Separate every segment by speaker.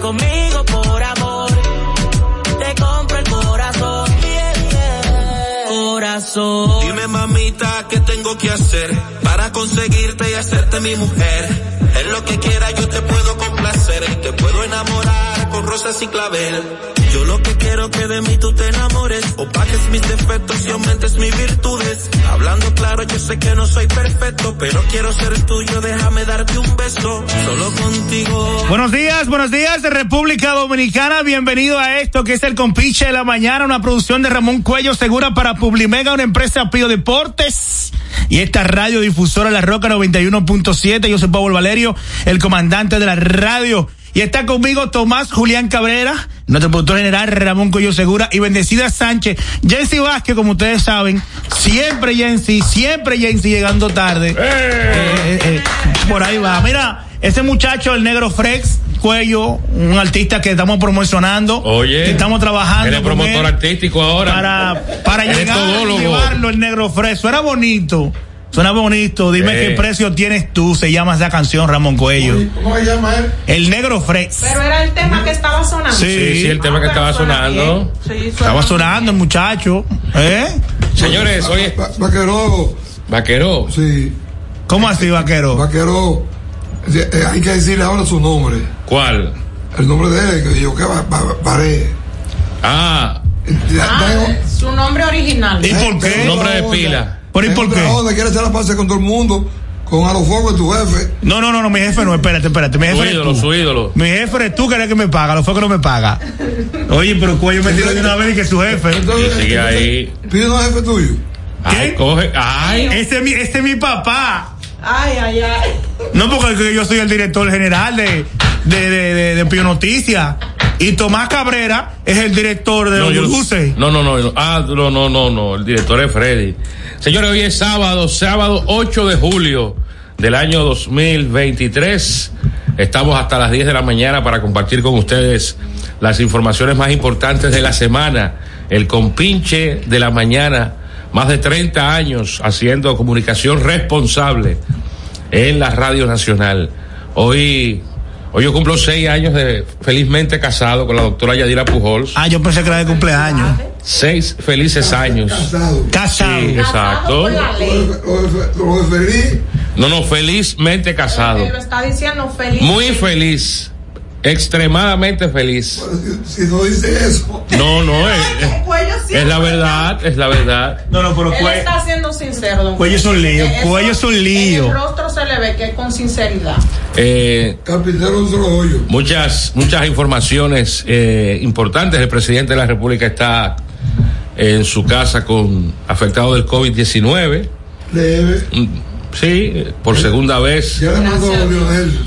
Speaker 1: conmigo por amor. Te compro el corazón. Yeah, yeah. Corazón.
Speaker 2: Dime mamita, ¿qué tengo que hacer para conseguirte y hacerte mi mujer? En lo que quiera yo te puedo complacer y te puedo enamorar con rosas y clavel. Yo lo que quiero que de mí tú te enamores, opaques mis defectos y aumentes mis virtudes. Hablando claro, yo sé que no soy perfecto, pero quiero ser tuyo, déjame darte un beso, solo contigo.
Speaker 3: Buenos días, buenos días de República Dominicana, bienvenido a esto que es el Compiche de la Mañana, una producción de Ramón Cuello Segura para Publimega, una empresa Pío Deportes y esta radiodifusora La Roca 91.7, yo soy Pablo Valerio, el comandante de la radio. Y está conmigo Tomás Julián Cabrera, nuestro productor general Ramón Coyo Segura y Bendecida Sánchez. Jensi Vázquez, como ustedes saben, siempre Jensi, siempre Jensi llegando tarde. Eh, eh, eh, por ahí va. Mira, ese muchacho, el negro Frex Cuello, un artista que estamos promocionando,
Speaker 4: Oye,
Speaker 3: que estamos trabajando.
Speaker 4: Eres
Speaker 3: con
Speaker 4: promotor
Speaker 3: él
Speaker 4: artístico ahora.
Speaker 3: para, para
Speaker 4: Eres
Speaker 3: llegar a
Speaker 4: todólogo.
Speaker 3: llevarlo el negro fresco. Era bonito. Suena bonito. Dime
Speaker 4: Eh.
Speaker 3: qué precio tienes tú. Se llama esa canción, Ramón Cuello.
Speaker 5: ¿Cómo se llama él?
Speaker 3: El negro fresco.
Speaker 6: Pero era el tema que estaba sonando.
Speaker 3: Sí.
Speaker 4: Sí, sí, el tema que
Speaker 6: Ah, pero
Speaker 4: estaba
Speaker 6: suena
Speaker 4: sonando.
Speaker 6: bien. Sí, suena
Speaker 3: Estaba
Speaker 6: bien.
Speaker 3: sonando el muchacho. ¿Eh?
Speaker 4: Señores, oye,
Speaker 5: Va- Vaqueró,
Speaker 4: vaquero,
Speaker 5: sí,
Speaker 3: ¿Cómo así, vaquero?
Speaker 5: Vaqueró. Eh, eh, Hay que decirle ahora su nombre.
Speaker 4: ¿cuál?
Speaker 5: El nombre de él, que yo que va, va- paré.
Speaker 4: Ah,
Speaker 5: Ya
Speaker 6: Ah,
Speaker 5: tengo-
Speaker 6: su nombre original.
Speaker 3: ¿Y por
Speaker 5: tengo
Speaker 3: qué?
Speaker 4: Nombre
Speaker 5: otra
Speaker 4: de
Speaker 5: onda.
Speaker 4: pila.
Speaker 3: ¿Pero y
Speaker 5: Tengo
Speaker 3: por
Speaker 5: otra
Speaker 3: qué?
Speaker 5: onda, quiere hacer la pase con todo el mundo, con a los focos de tu jefe.
Speaker 3: No, no, no, no, mi jefe no, espérate, espérate. Mi jefe
Speaker 4: su
Speaker 3: eres
Speaker 4: ídolo,
Speaker 3: tú.
Speaker 4: su ídolo.
Speaker 3: Mi jefe eres tú que eres que me paga, lo fue que no me paga. Oye, pero cuello me tiró de una vez y que su jefe.
Speaker 5: Entonces,
Speaker 4: Y sigue
Speaker 5: entonces,
Speaker 4: ahí.
Speaker 5: ¿Tú eres un jefe tuyo?
Speaker 4: Ay,
Speaker 3: ¿Qué?
Speaker 4: coge, ay,
Speaker 3: Ese es mi, ese es mi papá.
Speaker 6: Ay, ay, ay.
Speaker 3: No, porque yo soy el director general de, de, de, de, de Pío Noticias. Y Tomás Cabrera es el director de los
Speaker 4: yo-
Speaker 3: dulces.
Speaker 4: no, no, no, no. ah, no, no, no, no, el director es Freddy. Señores, hoy es sábado, sábado 8 de julio del año 2023. Estamos hasta las 10 de la mañana para compartir con ustedes las informaciones más importantes de la semana, el compinche de la mañana, más de 30 años haciendo comunicación responsable en la Radio Nacional. Hoy, hoy yo cumplo seis años de felizmente casado con la doctora Yadira Pujols.
Speaker 3: Ah, yo pensé que era de cumpleaños.
Speaker 4: Seis felices años.
Speaker 5: Casado.
Speaker 3: Casado.
Speaker 4: Sí,
Speaker 6: Casado
Speaker 4: exacto.
Speaker 6: por la
Speaker 5: Lo
Speaker 6: ley.
Speaker 5: de- Lo de- lo de feliz.
Speaker 4: No, no, felizmente casado.
Speaker 6: Él lo está diciendo feliz.
Speaker 4: Muy feliz. Extremadamente feliz.
Speaker 5: Si, si no dice eso.
Speaker 4: No, no, es,
Speaker 6: El cuello sí
Speaker 4: es la verdad, es la verdad.
Speaker 3: No, no, pero pues,
Speaker 6: Él está siendo sincero, don
Speaker 3: Cuello es un lío,
Speaker 6: Eso,
Speaker 3: cuello es un
Speaker 6: En el
Speaker 3: lío.
Speaker 6: rostro se le ve que es con sinceridad.
Speaker 4: Eh,
Speaker 5: Carpintero un solo hoyo.
Speaker 4: muchas, muchas informaciones eh, importantes. El presidente de la República está en su casa con afectado del COVID-19.
Speaker 5: Leve.
Speaker 4: Mm, Sí, por segunda vez.
Speaker 5: Ya le mandó a Lionel.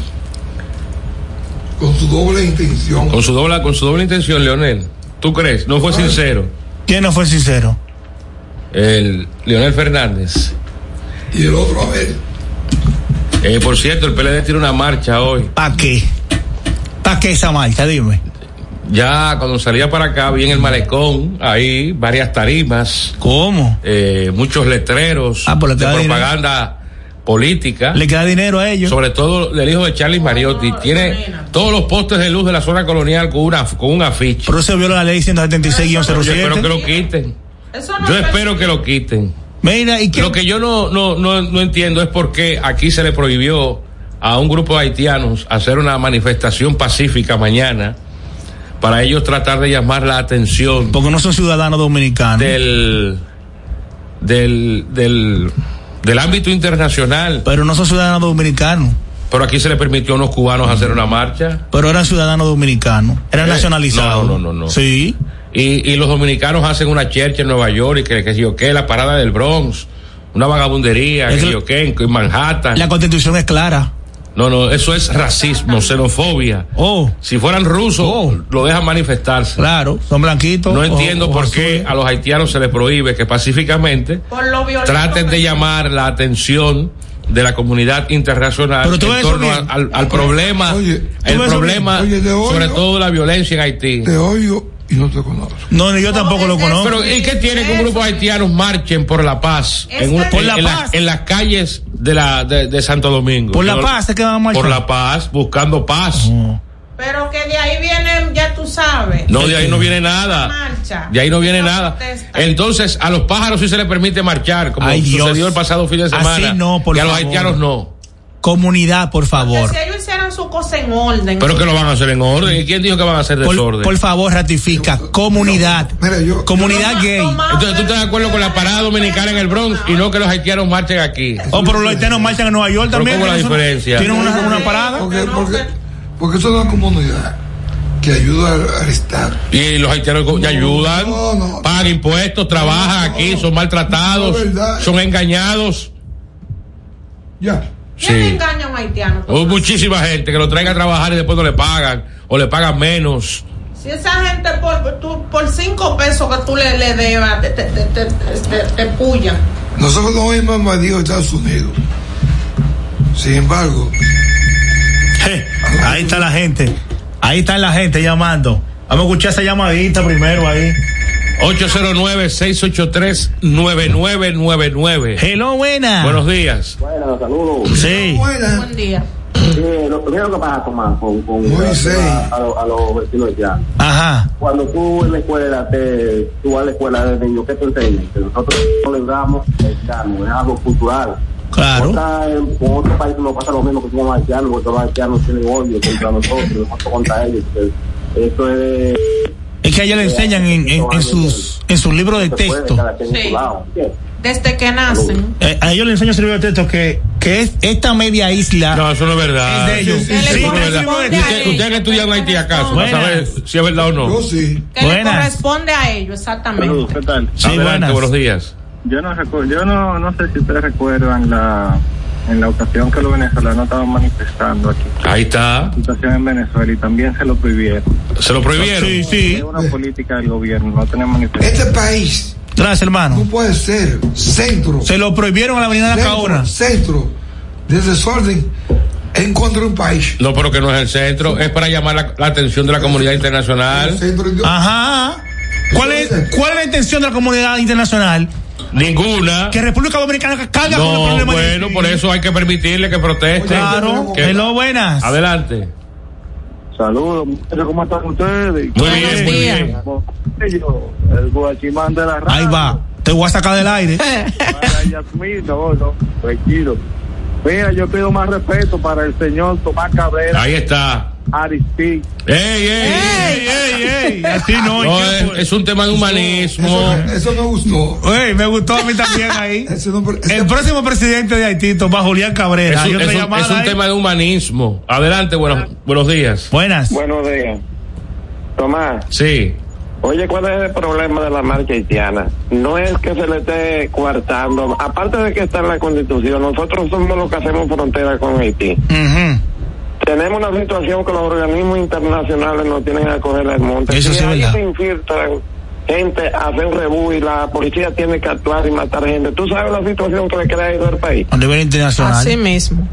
Speaker 5: Con su doble intención.
Speaker 4: Con su doble, con su doble intención, Leonel. ¿Tú crees? No fue sincero.
Speaker 3: ¿Quién no fue sincero?
Speaker 4: El Leonel Fernández.
Speaker 5: Y el otro a ver.
Speaker 4: Eh, por cierto, el PLD tiene una marcha hoy.
Speaker 3: ¿Para qué? ¿Para qué esa marcha? Dime.
Speaker 4: Ya cuando salía para acá, vi en el malecón, ahí varias tarimas,
Speaker 3: ¿Cómo?
Speaker 4: eh, muchos letreros
Speaker 3: Ah, por la
Speaker 4: de
Speaker 3: tarima.
Speaker 4: propaganda política.
Speaker 3: ¿Le queda dinero a ellos?
Speaker 4: Sobre todo del hijo de Charlie Mariotti.
Speaker 6: no,
Speaker 4: tiene
Speaker 6: Lorena.
Speaker 4: todos los postes de luz de la zona colonial con, una, con un afiche.
Speaker 3: Pero se viola la ley
Speaker 4: Yo espero que
Speaker 3: 176-07.
Speaker 4: lo quiten.
Speaker 6: Eso no
Speaker 4: Yo
Speaker 6: es
Speaker 4: espero que lo quiten.
Speaker 3: Mira, ¿y qué?
Speaker 4: Lo que yo no, no, no, no entiendo es por qué aquí se le prohibió a un grupo de haitianos hacer una manifestación pacífica mañana para ellos tratar de llamar la atención
Speaker 3: Porque no son ciudadanos dominicanos.
Speaker 4: del, del, del, del ámbito internacional.
Speaker 3: Pero no son ciudadanos dominicanos.
Speaker 4: Pero aquí se le permitió a unos cubanos hacer una marcha
Speaker 3: Pero eran ciudadanos dominicanos. Eran
Speaker 4: Eh,
Speaker 3: nacionalizados.
Speaker 4: no, no, no, no.
Speaker 3: Sí.
Speaker 4: y, y los dominicanos hacen una church en Nueva York y que, que sé yo qué, la parada del Bronx, una vagabundería,
Speaker 3: Es
Speaker 4: que
Speaker 3: que-
Speaker 4: sé yo qué, en en Manhattan.
Speaker 3: La constitución es clara.
Speaker 4: No, no, eso es racismo, xenofobia.
Speaker 3: Oh,
Speaker 4: Si fueran rusos,
Speaker 3: Oh.
Speaker 4: lo dejan manifestarse.
Speaker 3: claro. Son blanquitos.
Speaker 4: No
Speaker 3: o-
Speaker 4: entiendo
Speaker 3: o
Speaker 4: por
Speaker 3: azules.
Speaker 4: qué a los haitianos se les prohíbe que pacíficamente
Speaker 6: Por lo violento
Speaker 4: traten
Speaker 6: que
Speaker 4: de
Speaker 6: es.
Speaker 4: llamar la atención de la comunidad internacional
Speaker 3: Pero tú
Speaker 4: en
Speaker 3: ves
Speaker 4: torno
Speaker 3: eso bien.
Speaker 4: a- al, al problema,
Speaker 5: Oye, tú
Speaker 4: el
Speaker 3: ves eso
Speaker 4: problema
Speaker 5: bien. Oye, de hoy
Speaker 4: sobre
Speaker 5: no-
Speaker 4: todo la violencia en Haití.
Speaker 5: Te oigo y no te conozco.
Speaker 3: No, ni yo tampoco lo
Speaker 6: es
Speaker 3: conozco.
Speaker 4: Pero ¿y qué tiene que un grupo de haitianos marchen por la paz
Speaker 6: Es
Speaker 4: en, un-
Speaker 6: que- Por
Speaker 3: la
Speaker 4: en la-
Speaker 3: paz.
Speaker 4: en las calles de la de, de Santo Domingo?
Speaker 3: Por la
Speaker 4: Yo-
Speaker 3: paz es que van a marchar. Oh.
Speaker 4: Por la paz, buscando paz.
Speaker 3: No.
Speaker 6: Pero que de ahí vienen, ya tú sabes.
Speaker 4: No, de ahí no viene nada.
Speaker 6: Marcha.
Speaker 4: De ahí no viene
Speaker 6: Una
Speaker 4: nada.
Speaker 6: protesta.
Speaker 4: Entonces, a los pájaros sí se les permite marchar, como
Speaker 3: Ay,
Speaker 4: sucedió
Speaker 3: Dios.
Speaker 4: el pasado fin de
Speaker 3: Así
Speaker 4: semana.
Speaker 3: no, por
Speaker 4: y a los
Speaker 3: favor.
Speaker 4: haitianos no.
Speaker 3: Comunidad, por favor.
Speaker 6: Que si ellos hicieran su cosa en orden.
Speaker 4: Pero que lo van a hacer en orden. ¿Y quién dijo que van a hacer
Speaker 3: Por,
Speaker 4: desorden?
Speaker 3: por favor, ratifica. Comunidad.
Speaker 5: Mira, yo-
Speaker 3: Comunidad gay.
Speaker 4: Entonces, ¿tú estás de acuerdo con la parada dominicana en el Bronx y no que los haitianos marchen aquí?
Speaker 3: Oh, pero los haitianos marchan a Nueva York
Speaker 4: Pero
Speaker 3: también.
Speaker 4: ¿cómo la
Speaker 3: tienen su-
Speaker 4: diferencia?
Speaker 3: Tienen una, una parada.
Speaker 5: Porque, porque, porque eso es una comunidad que ayuda a arrestar.
Speaker 4: Y los haitianos ya ayudan,
Speaker 5: no, no.
Speaker 4: pagan impuestos, trabajan
Speaker 5: No,
Speaker 4: aquí,
Speaker 5: no.
Speaker 4: son maltratados,
Speaker 5: No, verdad.
Speaker 4: son engañados.
Speaker 5: Ya.
Speaker 6: ¿Quién
Speaker 4: Sí.
Speaker 6: engaña a un haitiano?
Speaker 4: Hubo muchísima gente que lo traiga a trabajar y después no le pagan o le pagan menos.
Speaker 6: Si esa gente por, tú- por cinco pesos que tú le, le debas, te, te, te, te, te- te puya.
Speaker 5: Nosotros no hemos invadido Estados Unidos. Sin embargo,
Speaker 3: Je, Ahí está la gente. Ahí está la gente llamando. Vamos a escuchar esa llamadita primero ahí.
Speaker 4: 809-683-9999.
Speaker 3: Hello, buena.
Speaker 4: Buenos días.
Speaker 7: Bueno, los saludos.
Speaker 3: sí.
Speaker 5: buena,
Speaker 6: Buen día.
Speaker 7: Eh, lo primero que pasa, Tomás, con, con
Speaker 5: Moisés.
Speaker 7: a, lo- a los vecinos ya.
Speaker 3: Ajá.
Speaker 7: Cuando tú en la escuela, te, tú vas a la escuela de niño, ¿qué te enseñan? Que nosotros celebramos el haitiano, es algo cultural.
Speaker 3: Claro.
Speaker 7: Otra- en- con otros países no pasa lo mismo que somos haitianos, porque los haitianos tienen odio contra nosotros, nosotros contra ellos. Esto es...
Speaker 3: Es que a ellos le enseñan en, en- en sus en sus libros de
Speaker 7: se puede,
Speaker 3: texto.
Speaker 7: cada quien en su
Speaker 6: Sí.
Speaker 7: lado, ¿entiendes?
Speaker 6: Desde que nacen.
Speaker 3: Eh, a ellos le enseñan en sus libros de texto que, que es esta media isla.
Speaker 4: No, eso no es verdad.
Speaker 3: Es de ellos.
Speaker 4: Sí,
Speaker 6: Que le
Speaker 4: eso no es verdad.
Speaker 6: corresponde a
Speaker 4: Usted-
Speaker 6: ellos.
Speaker 4: Usted que estudia en Haití acaso, para
Speaker 3: Buenas.
Speaker 4: saber si es verdad o no.
Speaker 5: yo sí.
Speaker 6: Que le
Speaker 3: Buenas.
Speaker 6: corresponde a ellos, exactamente.
Speaker 8: Saludos, ¿qué tal?
Speaker 3: Sí,
Speaker 4: Adelante,
Speaker 3: buenas.
Speaker 4: buenos días.
Speaker 8: Yo no recu- yo no, no sé si ustedes recuerdan la en la ocasión que los venezolanos estaban manifestando aquí,
Speaker 4: Ahí está.
Speaker 8: la situación en Venezuela y también se lo prohibieron.
Speaker 4: Se lo prohibieron.
Speaker 3: Sí, sí.
Speaker 8: Es una política del gobierno, no tener manifestación.
Speaker 5: Este país
Speaker 3: Gracias,
Speaker 5: no
Speaker 3: hermano.
Speaker 5: puede ser centro,
Speaker 3: Se lo prohibieron a la avenida de la Caona.
Speaker 5: centro, centro de desorden en contra de un país.
Speaker 4: No, pero que no es el centro. Es para llamar la, la atención de la comunidad internacional.
Speaker 5: Centro de-
Speaker 3: Ajá. ¿Cuál es, ¿Cuál es la intención de la comunidad internacional?
Speaker 4: Ninguna.
Speaker 3: Que República Dominicana carga con el
Speaker 4: No,
Speaker 3: problema. de-
Speaker 4: bueno, por eso hay que permitirle que proteste.
Speaker 3: Claro.
Speaker 4: Que-
Speaker 3: Hello, buenas.
Speaker 4: Adelante.
Speaker 8: Saludos, muchachos, ¿cómo están ustedes?
Speaker 4: Muy
Speaker 6: Buenos
Speaker 4: bien, muy
Speaker 6: días.
Speaker 4: bien.
Speaker 8: Como ellos, El guachimán de la radio.
Speaker 3: Ahí va. Te voy a sacar del aire.
Speaker 8: Para Yasmín, no, no, tranquilo. Mira, yo pido más respeto para el señor Tomás Cabrera,
Speaker 4: Ahí está.
Speaker 8: Aristí.
Speaker 4: Ey, ey, ey,
Speaker 3: ey, ey. Así no.
Speaker 4: No,
Speaker 3: pues. ¿y qué
Speaker 4: es,
Speaker 3: fue?
Speaker 4: es un tema de humanismo.
Speaker 5: Eso, eso me gustó.
Speaker 3: Ey, me gustó a mí también ahí.
Speaker 5: Ese no- ese-
Speaker 3: El próximo presidente de Haití, Tomás Julián
Speaker 4: Es
Speaker 3: Cabrera.
Speaker 4: un,
Speaker 3: Hay otra
Speaker 4: es un-
Speaker 3: llamada
Speaker 4: es un
Speaker 3: ahí.
Speaker 4: tema de humanismo. Adelante, buenos, buenos días.
Speaker 3: Buenas.
Speaker 7: Buenos días. Tomás,
Speaker 4: Sí.
Speaker 7: Oye, ¿cuál es el problema de la marcha haitiana? No es que se le esté coartando, aparte de que está en la constitución, nosotros somos los que hacemos frontera con Haití.
Speaker 3: Ujú.
Speaker 7: Tenemos una situación que los organismos internacionales nos tienen a coger el monte.
Speaker 3: Eso
Speaker 7: Si
Speaker 3: sí es
Speaker 7: ahí
Speaker 3: verdad.
Speaker 7: se infiltran gente, hacen rebú y la policía tiene que actuar y matar gente. ¿Tú sabes la situación que le crea eso al país?
Speaker 3: A nivel internacional.
Speaker 6: Así mismo.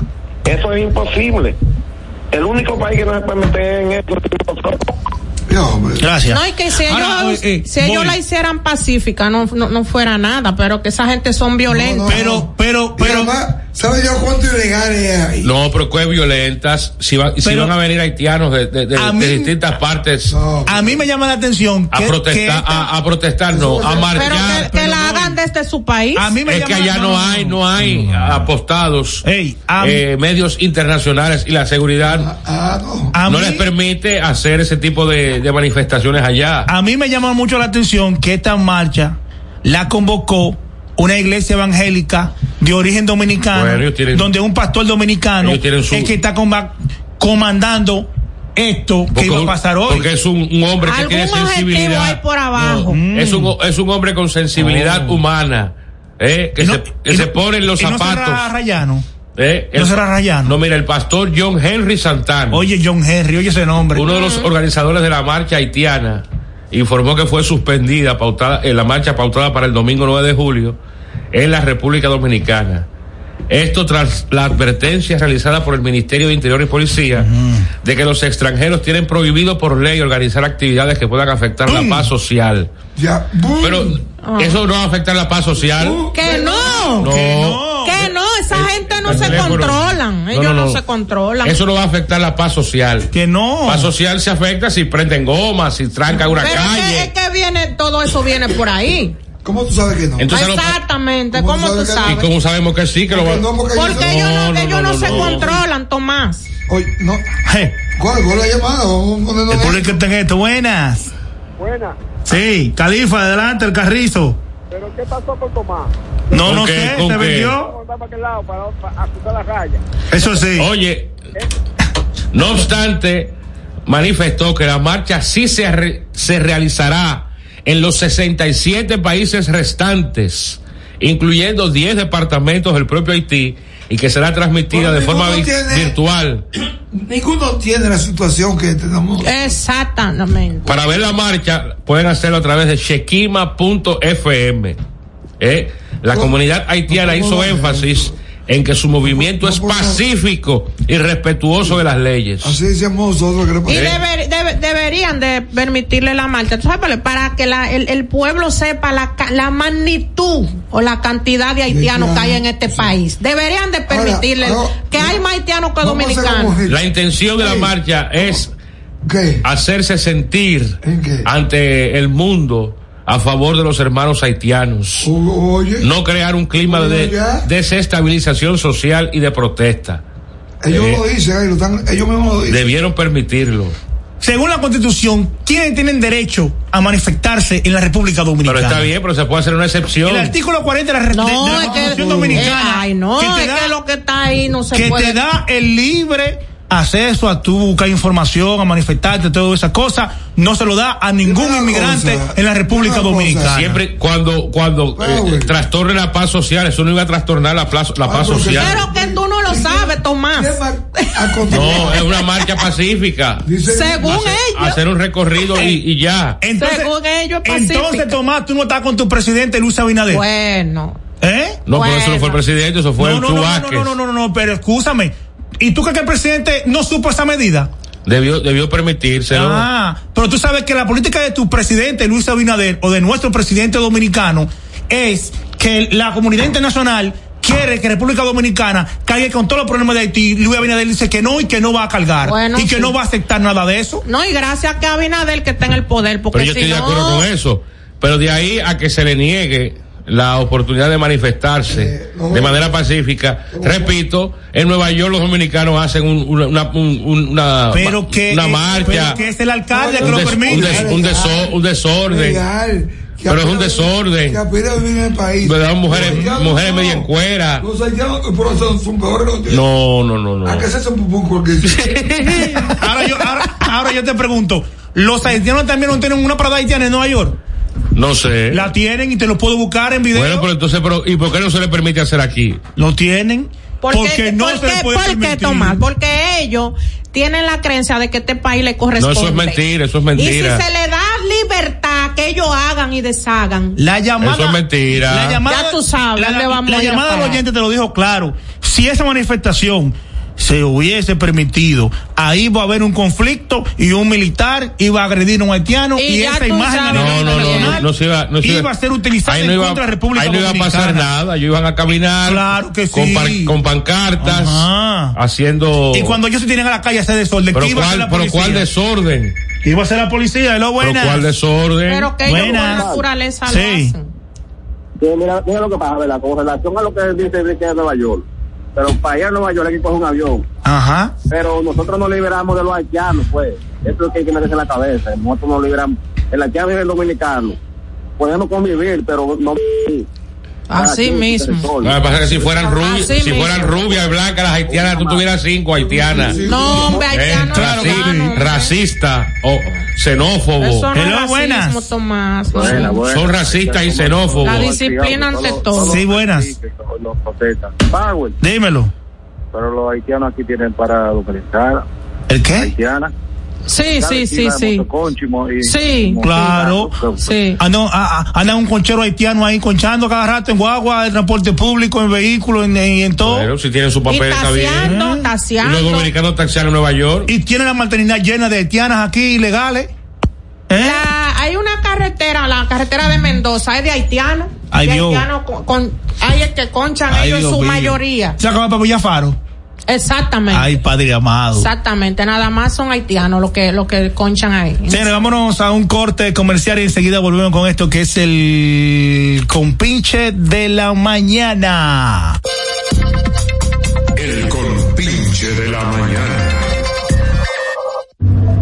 Speaker 7: Eso es imposible. El único país que no se puede meter en eso es nosotros.
Speaker 5: Ya, hombre.
Speaker 3: Gracias.
Speaker 6: No, y que si ellos,
Speaker 3: Ahora, eh,
Speaker 6: si ellos
Speaker 3: voy.
Speaker 6: la hicieran pacífica, no, no, no fuera nada, pero que esa gente son violentos.
Speaker 3: Pero, pero,
Speaker 5: Y
Speaker 3: pero.
Speaker 5: además, ¿sabes yo cuánto ilegales hay?
Speaker 4: No, pero que violentas. Si, va- si
Speaker 3: Pero-
Speaker 4: van a venir haitianos de, de- de-
Speaker 3: A
Speaker 4: de
Speaker 3: mí-
Speaker 4: distintas partes
Speaker 5: No.
Speaker 3: A mí me llama la atención.
Speaker 4: a
Speaker 3: que- que
Speaker 4: protestar,
Speaker 3: esta-
Speaker 4: a, a protestar, no, a
Speaker 6: Pero
Speaker 4: marchar.
Speaker 6: que, que la hagan desde su país.
Speaker 3: a mí me
Speaker 4: Es
Speaker 3: llama
Speaker 4: que
Speaker 3: la-
Speaker 4: allá no hay, no hay apostados
Speaker 3: Ey, a mí-
Speaker 4: eh, medios internacionales y la seguridad
Speaker 5: Ah, no.
Speaker 3: A
Speaker 4: no
Speaker 3: mí-
Speaker 4: les permite hacer ese tipo de, de manifestaciones allá.
Speaker 3: A mí me llama mucho la atención que esta marcha la convocó una iglesia evangélica de origen dominicano,
Speaker 4: Bueno, ellos tienen-
Speaker 3: donde un pastor dominicano
Speaker 4: ellos tienen su-
Speaker 3: es que está comba- comandando esto que
Speaker 4: Porque
Speaker 3: iba a
Speaker 4: un-
Speaker 3: pasar hoy.
Speaker 4: Porque es un, un hombre que
Speaker 6: Algún
Speaker 4: tiene
Speaker 6: objetivo hay
Speaker 4: sensibilidad.
Speaker 6: por abajo.
Speaker 3: Mm.
Speaker 4: Es un, es un hombre con sensibilidad humana. eh, que
Speaker 3: Y no-
Speaker 4: se, que
Speaker 3: y
Speaker 4: se
Speaker 3: no-
Speaker 4: pone en los
Speaker 3: y no será
Speaker 4: zapatos.
Speaker 3: Rayano.
Speaker 4: eh,
Speaker 3: no será Rayano.
Speaker 4: No, mira, el pastor John Henry Santana,
Speaker 3: Oye, John Henry, oye ese nombre.
Speaker 4: uno de los organizadores de la marcha haitiana, informó que fue suspendida pautada, eh, la marcha pautada para el domingo 9 de julio en la República Dominicana. Esto tras la advertencia realizada por el Ministerio de Interior y Policía de que los extranjeros tienen prohibido por ley organizar actividades que puedan afectar la paz social.
Speaker 5: Ya. ¡Bum!
Speaker 4: Pero eso no va a afectar la paz social.
Speaker 6: Que no.
Speaker 4: No.
Speaker 6: Que no, esa gente no no
Speaker 4: el
Speaker 6: se
Speaker 4: teléfono.
Speaker 6: controlan, ellos no se controlan.
Speaker 4: Eso no va a afectar la paz social.
Speaker 3: Que no.
Speaker 4: Paz social se afecta si prenden gomas, si trancan una
Speaker 6: Pero es que,
Speaker 4: calle.
Speaker 6: es que viene, todo eso viene por ahí.
Speaker 5: ¿Cómo tú sabes que no?
Speaker 4: Entonces, no-
Speaker 6: Exactamente,
Speaker 5: ¿Cómo
Speaker 6: ¿cómo tú
Speaker 5: tú sabes
Speaker 4: ¿Y
Speaker 6: sabes?
Speaker 4: cómo sabemos que sí? Que lo va-
Speaker 5: Porque no, porque yo
Speaker 6: Porque
Speaker 5: sé-
Speaker 6: ellos
Speaker 4: No,
Speaker 6: no,
Speaker 4: no,
Speaker 6: ellos
Speaker 4: no,
Speaker 6: no,
Speaker 4: no,
Speaker 6: se
Speaker 4: no.
Speaker 6: controlan, Tomás.
Speaker 5: Oye, no.
Speaker 3: Je,
Speaker 5: ¿Cuál, cuál es la llamada? Vamos a ponernos
Speaker 3: El
Speaker 5: ahí.
Speaker 3: público está en esto. Buenas.
Speaker 8: Buena.
Speaker 3: Sí, Califa, adelante, el carrizo.
Speaker 8: ¿Pero qué pasó con Tomás?
Speaker 3: No, no
Speaker 4: ¿Con qué?
Speaker 3: sé,
Speaker 4: ¿Con
Speaker 3: se
Speaker 4: qué?
Speaker 3: vendió.
Speaker 8: para aquel lado para, ajustar la raya.
Speaker 3: Eso sí.
Speaker 4: Oye, no obstante, manifestó que la marcha sí se, re- se realizará en los 67 países restantes, incluyendo 10 departamentos del propio Haití, y que será transmitida
Speaker 5: Bueno,
Speaker 4: de forma vi-
Speaker 5: ninguno tiene-
Speaker 4: virtual.
Speaker 5: Ninguno tiene la situación que tenemos.
Speaker 6: Exactamente.
Speaker 4: Para ver la marcha, pueden hacerlo a través de shekima.fm. ¿Eh? La
Speaker 5: No,
Speaker 4: comunidad haitiana
Speaker 5: no, no,
Speaker 4: hizo
Speaker 5: no, no.
Speaker 4: énfasis en que su movimiento
Speaker 5: no,
Speaker 4: es
Speaker 5: no, no.
Speaker 4: pacífico y respetuoso de las leyes.
Speaker 5: Así decíamos nosotros que le
Speaker 6: Y
Speaker 5: pasó.
Speaker 6: deber- debe- deberían de permitirle la marcha, ¿tú sabes? por qué? Para que la- el, el pueblo sepa la, ca- la magnitud o la cantidad de haitianos que hay en este país. Deberían de permitirle
Speaker 5: ahora,
Speaker 6: que hay más haitianos que
Speaker 5: Vamos a hacer
Speaker 6: dominicanos.
Speaker 5: como Hitler.
Speaker 4: La intención de la
Speaker 5: Sí.
Speaker 4: marcha es
Speaker 5: ¿Qué?
Speaker 4: hacerse sentir
Speaker 5: ¿En qué?
Speaker 4: ante el mundo a favor de los hermanos haitianos.
Speaker 5: O- Oye,
Speaker 4: No crear un clima de
Speaker 5: Oye, ya.
Speaker 4: desestabilización social y de protesta.
Speaker 5: ellos
Speaker 4: eh,
Speaker 5: lo dicen, ahí lo están- ellos mismos lo dicen.
Speaker 4: Debieron permitirlo.
Speaker 3: Según la Constitución, ¿quiénes tienen derecho a manifestarse en la República Dominicana?
Speaker 4: Pero está bien, pero se puede hacer una excepción.
Speaker 3: El artículo 40 de la, re- de- de
Speaker 6: No,
Speaker 3: la
Speaker 6: es que,
Speaker 3: Constitución
Speaker 6: eh,
Speaker 3: Dominicana
Speaker 6: ay, no,
Speaker 3: que te
Speaker 6: es
Speaker 3: da-
Speaker 6: que lo que está ahí no se
Speaker 3: que
Speaker 6: puede.
Speaker 3: te da el libre acceso a tu buscar información, a manifestarte, todas esas cosas, no se lo da a ningún
Speaker 5: Una
Speaker 3: inmigrante
Speaker 5: cosa,
Speaker 3: en la República
Speaker 5: una cosa.
Speaker 3: Dominicana.
Speaker 4: Siempre cuando cuando
Speaker 5: Ah,
Speaker 4: eh,
Speaker 5: bueno.
Speaker 4: trastorne la paz social, eso no iba a trastornar la, plaza- la
Speaker 5: Ah,
Speaker 4: paz
Speaker 5: porque-
Speaker 4: social.
Speaker 6: Pero que tú no lo sabes, Tomás.
Speaker 5: ¿Qué va a continuar?
Speaker 4: No, es una marcha pacífica.
Speaker 5: Dice-
Speaker 6: Según
Speaker 4: Hacer,
Speaker 6: ellos.
Speaker 4: hacer un recorrido y, y ya.
Speaker 3: Entonces,
Speaker 6: Según ellos, pacífica.
Speaker 3: entonces Tomás, tú no estás con tu presidente Luis Abinader.
Speaker 6: Bueno.
Speaker 3: ¿eh?
Speaker 4: No, pero eso no fue el
Speaker 6: Bueno.
Speaker 4: presidente, eso fue
Speaker 3: no,
Speaker 4: el
Speaker 3: no,
Speaker 4: Chu
Speaker 3: no, no,
Speaker 4: Vázquez.
Speaker 3: no, no, no, no, no, pero escúchame. ¿Y tú crees que el presidente no supo esa medida?
Speaker 4: Debió, debió permitírselo.
Speaker 3: Ah, pero tú sabes que la política de tu presidente Luis Abinader o de nuestro presidente dominicano es que la comunidad internacional quiere que República Dominicana cargue con todos los problemas de Haití. Luis Abinader dice que no y que no va a cargar
Speaker 6: Bueno,
Speaker 3: y que
Speaker 6: sí.
Speaker 3: no va a aceptar nada de eso.
Speaker 6: No, y gracias que Abinader que está en el poder, porque
Speaker 4: pero yo
Speaker 6: si
Speaker 4: estoy de
Speaker 6: no-
Speaker 4: acuerdo con eso. Pero de ahí a que se le niegue la oportunidad de manifestarse
Speaker 5: Eh, no.
Speaker 4: de manera pacífica. Repito, en Nueva York los dominicanos hacen un- una, una, un- una-
Speaker 3: Pero que,
Speaker 4: una
Speaker 3: es-
Speaker 4: marcha,
Speaker 3: pero que es el alcalde
Speaker 5: No,
Speaker 3: que
Speaker 4: un,
Speaker 3: lo
Speaker 4: des- un
Speaker 3: permite.
Speaker 4: des- un deso- un desorden.
Speaker 5: Legal. Que
Speaker 4: Pero es un
Speaker 5: apenas-
Speaker 4: desorden.
Speaker 5: Que apenas viven en el país.
Speaker 4: Le dan mujeres-
Speaker 5: Los haitianos
Speaker 4: mujeres media en cuera.
Speaker 5: Los haitianos pero son, son peores que los haitianos.
Speaker 4: No, no, no, no.
Speaker 5: ¿A qué se hace un pupú cualquier
Speaker 3: ahora, yo, ahora, ahora yo te pregunto, ¿los haitianos también no tienen una parada haitiana en Nueva York?
Speaker 4: No sé.
Speaker 3: La tienen y te lo puedo buscar en video.
Speaker 4: Bueno, pero entonces, pero, ¿y por qué no se le permite hacer aquí?
Speaker 3: Lo tienen.
Speaker 6: ¿Por qué-
Speaker 3: porque no
Speaker 6: por
Speaker 3: se
Speaker 6: qué-
Speaker 3: le puede
Speaker 6: por qué,
Speaker 3: permitir.
Speaker 6: Tomás? Porque ellos tienen la creencia de que este país le corresponde.
Speaker 4: No, eso es mentira, eso es
Speaker 6: Y si
Speaker 4: mentira.
Speaker 6: se le da libertad, que ellos hagan y deshagan.
Speaker 3: La llamada.
Speaker 4: Eso es mentira.
Speaker 3: La llamada,
Speaker 6: Ya tú sabes
Speaker 3: la,
Speaker 6: dónde vamos
Speaker 3: la
Speaker 6: a ir a
Speaker 3: llamada del
Speaker 6: parar.
Speaker 3: oyente te lo dijo claro. Si esa manifestación se hubiese permitido, ahí va a haber un conflicto y un militar iba a agredir a un haitiano y,
Speaker 6: Y ya
Speaker 3: esa
Speaker 6: tú
Speaker 3: imagen a
Speaker 6: sabes.
Speaker 4: No,
Speaker 3: nivel
Speaker 4: no, no, no,
Speaker 3: internacional
Speaker 4: no se iba, no se
Speaker 3: iba a ser utilizada
Speaker 4: Ahí no
Speaker 3: en
Speaker 4: iba-
Speaker 3: contra de República
Speaker 4: Ahí no iba a pasar
Speaker 3: Dominicana.
Speaker 4: nada, ellos iban a caminar
Speaker 3: Claro que
Speaker 4: con,
Speaker 3: sí.
Speaker 4: par- con pancartas,
Speaker 3: Ajá.
Speaker 4: haciendo...
Speaker 3: Y cuando ellos se tienen a la calle a hacer desorden,
Speaker 4: pero
Speaker 3: ¿qué iba a
Speaker 4: cuál,
Speaker 3: hacer la
Speaker 4: pero
Speaker 3: policía?
Speaker 4: cuál desorden,
Speaker 3: ¿Qué iba a hacer la policía? Es
Speaker 4: pero
Speaker 3: lo buena.
Speaker 4: cuál desorden.
Speaker 6: Pero que ellos
Speaker 3: Buenas.
Speaker 6: por naturaleza
Speaker 3: Sí.
Speaker 6: lo hacen.
Speaker 8: Eh, mira, mira lo que pasa, ¿verdad? Con relación a lo que dice de que es Nueva York. Pero para allá a Nueva York hay que coger un avión.
Speaker 3: Ajá.
Speaker 8: Pero nosotros nos liberamos de los haitianos, pues. Eso es lo que hay que meterse en la cabeza. Nosotros nos liberamos. El haitiano es el dominicano. Podemos convivir, pero no. Ah,
Speaker 6: Así
Speaker 8: Aquí,
Speaker 6: mismo.
Speaker 4: Lo que pasa es que si fueran rubias,
Speaker 6: Así
Speaker 4: si fueran
Speaker 6: Ah, mismo.
Speaker 4: rubias y blancas las haitianas, tú tuvieras cinco haitianas.
Speaker 6: No, hombre,
Speaker 4: Eh,
Speaker 6: haitiano,
Speaker 4: raci-
Speaker 6: hermano, hombre.
Speaker 4: racista o xenófobo.
Speaker 6: Eso no es
Speaker 3: Hello,
Speaker 6: racismo,
Speaker 3: buenas.
Speaker 6: Tomás.
Speaker 8: Buena, buena.
Speaker 4: Son racistas y xenófobos.
Speaker 6: La disciplina ante todo.
Speaker 3: Sí, buenas.
Speaker 8: Los protestan. Power.
Speaker 3: Dímelo.
Speaker 8: Pero los haitianos aquí tienen para dominicana,
Speaker 3: ¿El qué?
Speaker 8: haitiana.
Speaker 6: Sí, sí, sí, sí. Sí.
Speaker 3: Claro.
Speaker 6: Sí.
Speaker 3: Ah, no, ah, ah, anda un conchero haitiano ahí conchando cada rato en guagua, en transporte público, en vehículo, en, en- en todo.
Speaker 4: Pero si tienen su
Speaker 6: Y
Speaker 4: papel, está bien.
Speaker 3: Mm.
Speaker 6: taseando,
Speaker 4: Y
Speaker 6: taseando.
Speaker 4: los dominicanos taxean en Nueva York.
Speaker 3: Y tiene la maternidad llena de haitianas aquí ilegales. ¿Eh?
Speaker 6: La- hay una carretera, la carretera de Mendoza, es de haitiano.
Speaker 3: Ay,
Speaker 6: de
Speaker 3: Dios.
Speaker 6: haitianos con, con- hay el que conchan
Speaker 3: Ay,
Speaker 6: ellos en
Speaker 3: Dios
Speaker 6: su
Speaker 3: mío.
Speaker 6: mayoría.
Speaker 3: Se acaba para Villafaro.
Speaker 6: Exactamente.
Speaker 3: Ay, padre amado.
Speaker 6: Exactamente, nada más son haitianos los que, los que conchan ahí.
Speaker 3: Señores, vámonos a un corte comercial y enseguida volvemos con esto que es el compinche de la mañana.
Speaker 9: El compinche de la mañana.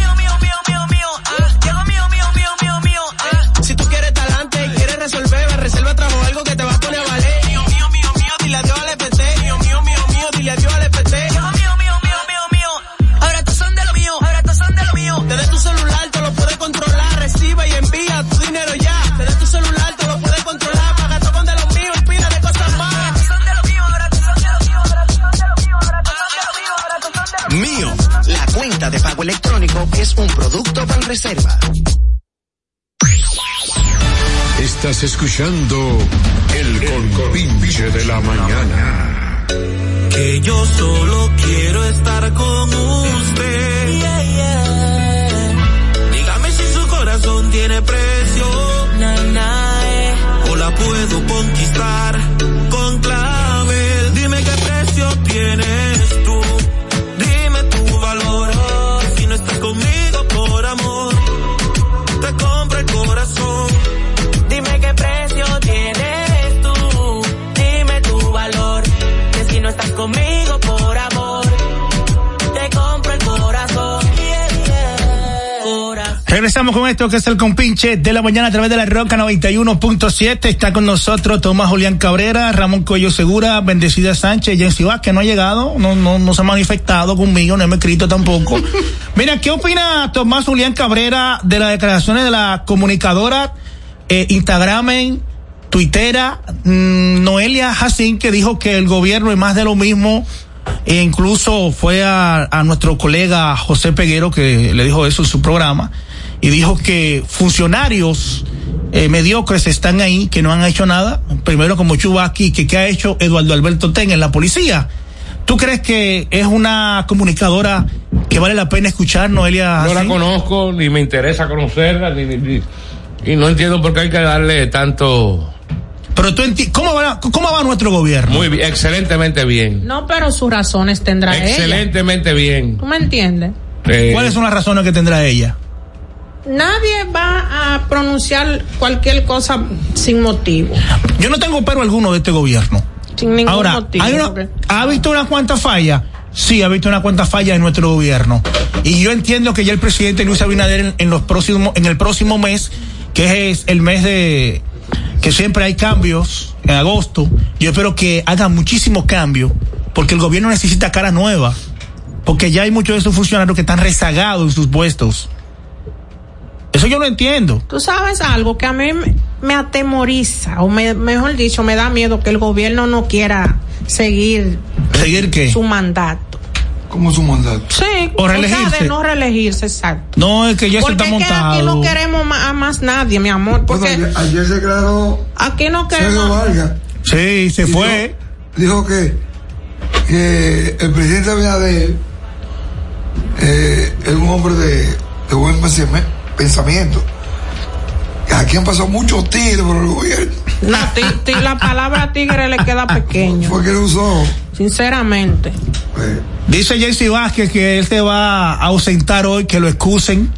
Speaker 1: Si tú quieres talante, quieres resolver, reserva trajo algo que te va a poner a valer. Mío, mío, mío, mío, dile adiós al EPT. Mío, mío, mío, mío, dile adiós al EPT. Mío, mío, mío, mío, mío, mío. Ahora estos son de lo mío, ahora estos son de lo mío. Desde tu celular te lo puedes controlar, recibe y envía tu dinero ya. Desde tu celular te lo puedes controlar, paga todo con de lo mío y pila de cosas más.
Speaker 10: Mío, la cuenta de pago electrónico es un producto Banreserva.
Speaker 9: Estás escuchando el compinche de la mañana.
Speaker 2: Que yo solo quiero estar con usted. Dígame si su corazón tiene precio. O la puedo conquistar con clavel. Dime qué precio tienes tú. Dime tu valor. Que Si no estás conmigo por amor, te compro el corazón.
Speaker 1: Dime qué precio tienes tú, dime tu valor, que si no estás conmigo por amor, te compro el corazón. Yeah, yeah. Corazón.
Speaker 3: Regresamos con esto que es el compinche de la mañana a través de la Roca 91.7. Está con nosotros Tomás Julián Cabrera, Ramón Cuello Segura, Bendecida Sánchez, Jensi Vázquez no ha llegado, no, no, no se ha manifestado conmigo, no me ha escrito tampoco. Mira, ¿qué opina Tomás Julián Cabrera de las declaraciones de la comunicadora eh, Instagramen, Twittera, mm, Noelia Jacín, que dijo que el gobierno es más de lo mismo? E incluso fue a, a nuestro colega José Peguero que le dijo eso en su programa y dijo que funcionarios eh, mediocres están ahí que no han hecho nada. Primero como Chubaki, que qué ha hecho Eduardo Alberto Ten en la policía. ¿Tú crees que es una comunicadora que vale la pena escuchar, Noelia?
Speaker 4: No la
Speaker 3: Jacín?
Speaker 4: conozco, ni me interesa conocerla, ni, ni- ni- y no entiendo por qué hay que darle tanto.
Speaker 3: Pero tú entiendes, ¿cómo va, ¿cómo va nuestro gobierno?
Speaker 4: Muy bien, excelentemente bien.
Speaker 6: No, pero sus razones tendrá ella.
Speaker 4: Excelentemente bien.
Speaker 6: ¿Tú me entiendes?
Speaker 4: Eh,
Speaker 3: ¿Cuáles son las razones que tendrá ella?
Speaker 6: Nadie va a pronunciar cualquier cosa sin motivo.
Speaker 3: Yo no tengo pero alguno de este gobierno.
Speaker 6: Sin ningún
Speaker 3: Ahora,
Speaker 6: motivo.
Speaker 3: hay una-
Speaker 6: porque-
Speaker 3: ¿ha visto unas cuantas fallas? Sí, ha visto unas cuantas fallas en nuestro gobierno. Y yo entiendo que ya el presidente Luis Abinader en, en los próximos, en el próximo mes, que es el mes de que siempre hay cambios en agosto, yo espero que haga muchísimo cambio, porque el gobierno necesita cara nueva, porque ya hay muchos de esos funcionarios que están rezagados en sus puestos. Eso yo no entiendo.
Speaker 6: Tú sabes algo que a mí me- me atemoriza, o me- mejor dicho, me da miedo que el gobierno no quiera seguir
Speaker 3: ¿Seguir qué?
Speaker 6: su mandato.
Speaker 5: ¿Cómo su mandato?
Speaker 6: Sí,
Speaker 3: O
Speaker 6: sea,
Speaker 3: reelegirse.
Speaker 6: de no reelegirse, exacto.
Speaker 3: No, es que ya eso
Speaker 6: porque
Speaker 3: está
Speaker 6: es que
Speaker 3: montado.
Speaker 6: aquí no queremos ma- a más nadie, mi amor, porque
Speaker 5: Bueno, ayer, ayer se graduó
Speaker 6: aquí no
Speaker 5: Sergio
Speaker 6: queremos.
Speaker 5: Vargas.
Speaker 3: Sí, se fue.
Speaker 5: Dijo, que, que el presidente Abinader eh, es un hombre de, de buen pensame- pensamiento. Aquí han pasado muchos tiros por el gobierno.
Speaker 6: No, ti- ti- la palabra tigre le queda pequeño.
Speaker 5: Fue que lo usó.
Speaker 6: Sinceramente.
Speaker 3: Dice Jesse Vázquez que él se va a ausentar hoy, que lo excusen.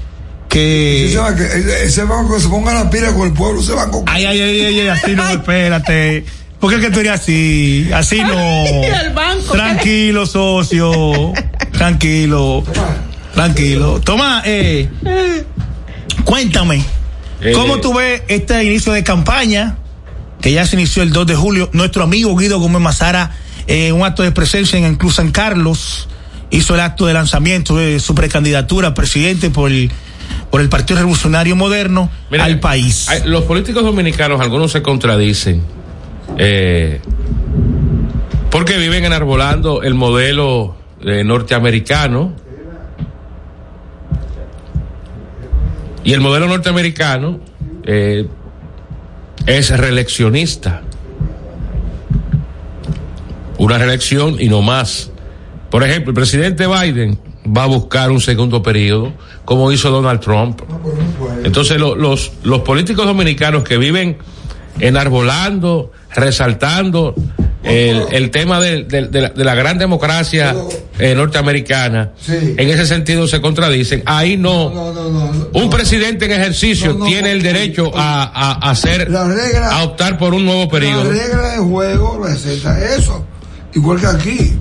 Speaker 3: Que.
Speaker 5: Ese banco, ese banco se ponga la pila con el pueblo, ese banco.
Speaker 3: Ay, ay, ay, ay, ay, así no, espérate. ¿Por qué es que tú eres así? Así no.
Speaker 6: el banco.
Speaker 3: Tranquilo, socio. Tranquilo. Tranquilo. Toma, eh, cuéntame.
Speaker 4: Eh.
Speaker 3: ¿Cómo tú ves este inicio de campaña? Que ya se inició el 2 de julio. Nuestro amigo Guido Gómez Mazara, eh, un acto de presencia en el Club San Carlos, hizo el acto de lanzamiento de su precandidatura a presidente por el, por el Partido Revolucionario Moderno
Speaker 4: Mira,
Speaker 3: al país.
Speaker 4: Hay- Los políticos dominicanos, algunos se contradicen. eh, porque viven enarbolando el modelo eh, norteamericano. Y el modelo norteamericano eh, es reeleccionista. Una reelección y no más. Por ejemplo, el presidente Biden va a buscar un segundo periodo, como hizo Donald Trump. Entonces lo- los, los políticos dominicanos que viven enarbolando, resaltando el, el tema del- del- de, la, de la gran democracia eh, norteamericana, en ese sentido se contradicen. Ahí no. un presidente en ejercicio tiene el derecho a, a- a hacer,
Speaker 5: regla-
Speaker 4: a optar por un nuevo periodo.
Speaker 5: La regla de juego receta eso. Igual que aquí.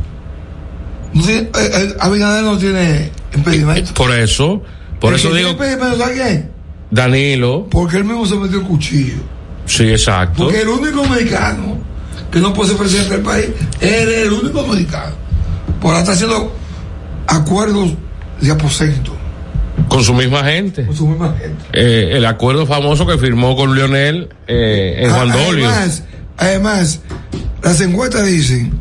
Speaker 5: No tiene- eh, eh, Abinader no tiene impedimento.
Speaker 4: Por eso, por
Speaker 5: El
Speaker 4: eso
Speaker 5: que
Speaker 4: digo,
Speaker 5: tiene impedimento, ¿sabe quién?
Speaker 4: Danilo,
Speaker 5: Porque él mismo se metió el cuchillo.
Speaker 4: sí, exacto.
Speaker 5: Porque el único mexicano que no puede ser presidente del país, él es el único mexicano. Por ahora está haciendo acuerdos de aposento.
Speaker 4: Con su misma gente.
Speaker 5: Con su misma gente.
Speaker 4: Eh, el acuerdo famoso que firmó con Lionel eh, en Juan Dolio.
Speaker 5: Ah, Además, además, las encuestas dicen,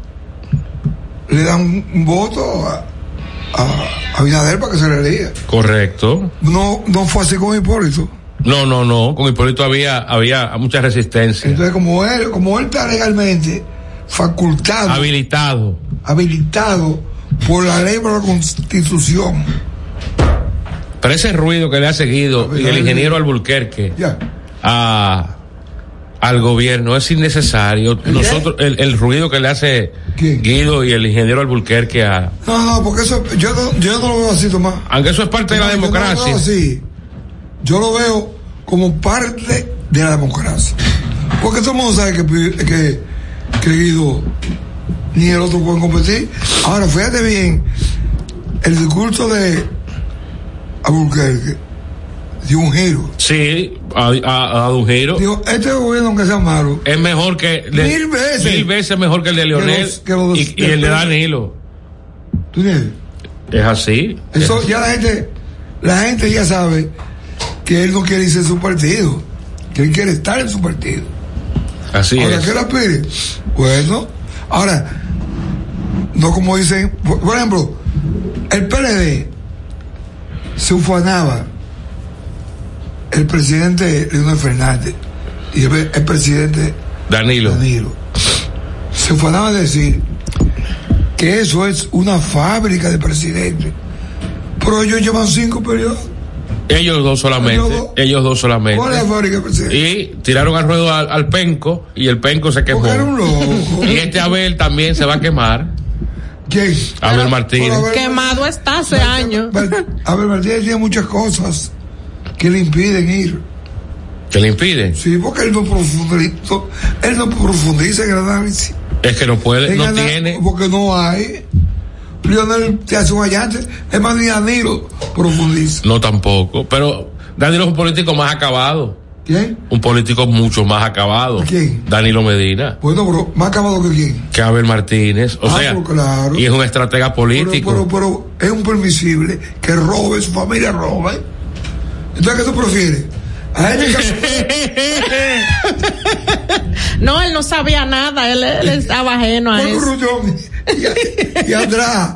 Speaker 5: le dan un- un voto a, a, a Abinader para que se le diga.
Speaker 4: Correcto.
Speaker 5: No, no fue así con Hipólito.
Speaker 4: No, no, no. Con Hipólito había, había mucha resistencia.
Speaker 5: Entonces, como él, como él está legalmente facultado,
Speaker 4: Habilitado.
Speaker 5: habilitado por la ley por la constitución,
Speaker 4: Pero ese ruido que le ha seguido el ingeniero Alburquerque
Speaker 5: Ya.
Speaker 4: a, al gobierno es innecesario. Nosotros, el, el ruido que le hace Guido y el ingeniero Alburquerque a.
Speaker 5: No, no, porque eso yo no, yo no lo veo así, Tomás.
Speaker 4: Aunque eso es parte de la
Speaker 5: Yo no lo veo
Speaker 4: democracia.
Speaker 5: así. Yo lo veo como parte de la democracia. Porque todo el mundo sabe que, Pi- que, que Guido ni el otro pueden competir. Ahora, fíjate bien, el discurso de Albuquerque dio un giro.
Speaker 4: Sí, ha, ha- ha dado un giro.
Speaker 5: Digo, este gobierno, aunque sea malo,
Speaker 4: es mejor que. le-
Speaker 5: Mil veces.
Speaker 4: Mil veces mejor que el de Leonel
Speaker 5: los- que los-
Speaker 4: y, y el de Danilo.
Speaker 5: ¿tú entiendes?
Speaker 4: Es así.
Speaker 5: Eso ya la gente, la gente ya sabe que él no quiere irse de su partido, que él quiere estar en su partido.
Speaker 4: Así
Speaker 5: ahora,
Speaker 4: es.
Speaker 5: ¿qué la pide? Bueno, ahora, no como dicen, por, por ejemplo, el PLD se ufanaba el presidente Leonel Fernández y el, el presidente
Speaker 4: Danilo.
Speaker 5: Danilo. Se ufanaban de decir que eso es una fábrica de presidentes. Pero ellos llevan cinco periodos.
Speaker 4: Ellos dos solamente.
Speaker 5: Ellos dos.
Speaker 4: Ellos dos solamente.
Speaker 5: ¿Cuál es la fábrica de presidentes?
Speaker 4: Y tiraron al ruedo al, al penco y el penco se quemó.
Speaker 5: Porque era un loco.
Speaker 4: Y este Abel también se va a quemar.
Speaker 5: ¿Quién?
Speaker 4: Abel Martínez.
Speaker 5: Pero Abel
Speaker 6: Quemado está hace años.
Speaker 5: Abel Martínez tiene muchas cosas que le impiden ir.
Speaker 4: ¿Que le impide?
Speaker 5: Sí, porque él no profundiza, él no profundiza en el análisis.
Speaker 4: Es que no puede,
Speaker 5: En
Speaker 4: no
Speaker 5: el ana-
Speaker 4: tiene.
Speaker 5: Porque no hay. Lionel te hace un allante. Es más, ni Danilo profundiza.
Speaker 4: No tampoco. Pero Danilo es un político más acabado.
Speaker 5: ¿Quién?
Speaker 4: Un político mucho más acabado.
Speaker 5: ¿Quién?
Speaker 4: Danilo Medina.
Speaker 5: Bueno, pero más acabado que quién.
Speaker 4: Que Abel Martínez. O
Speaker 5: Ah,
Speaker 4: sea,
Speaker 5: pero claro.
Speaker 4: y es un estratega político.
Speaker 5: Pero, pero es un permisible que robe, su familia robe. Entonces, ¿qué tú prefieres? A este que-
Speaker 6: No, él no sabía nada, él, él estaba ajeno a
Speaker 5: Fue
Speaker 6: eso.
Speaker 5: grullón. y, y atrás.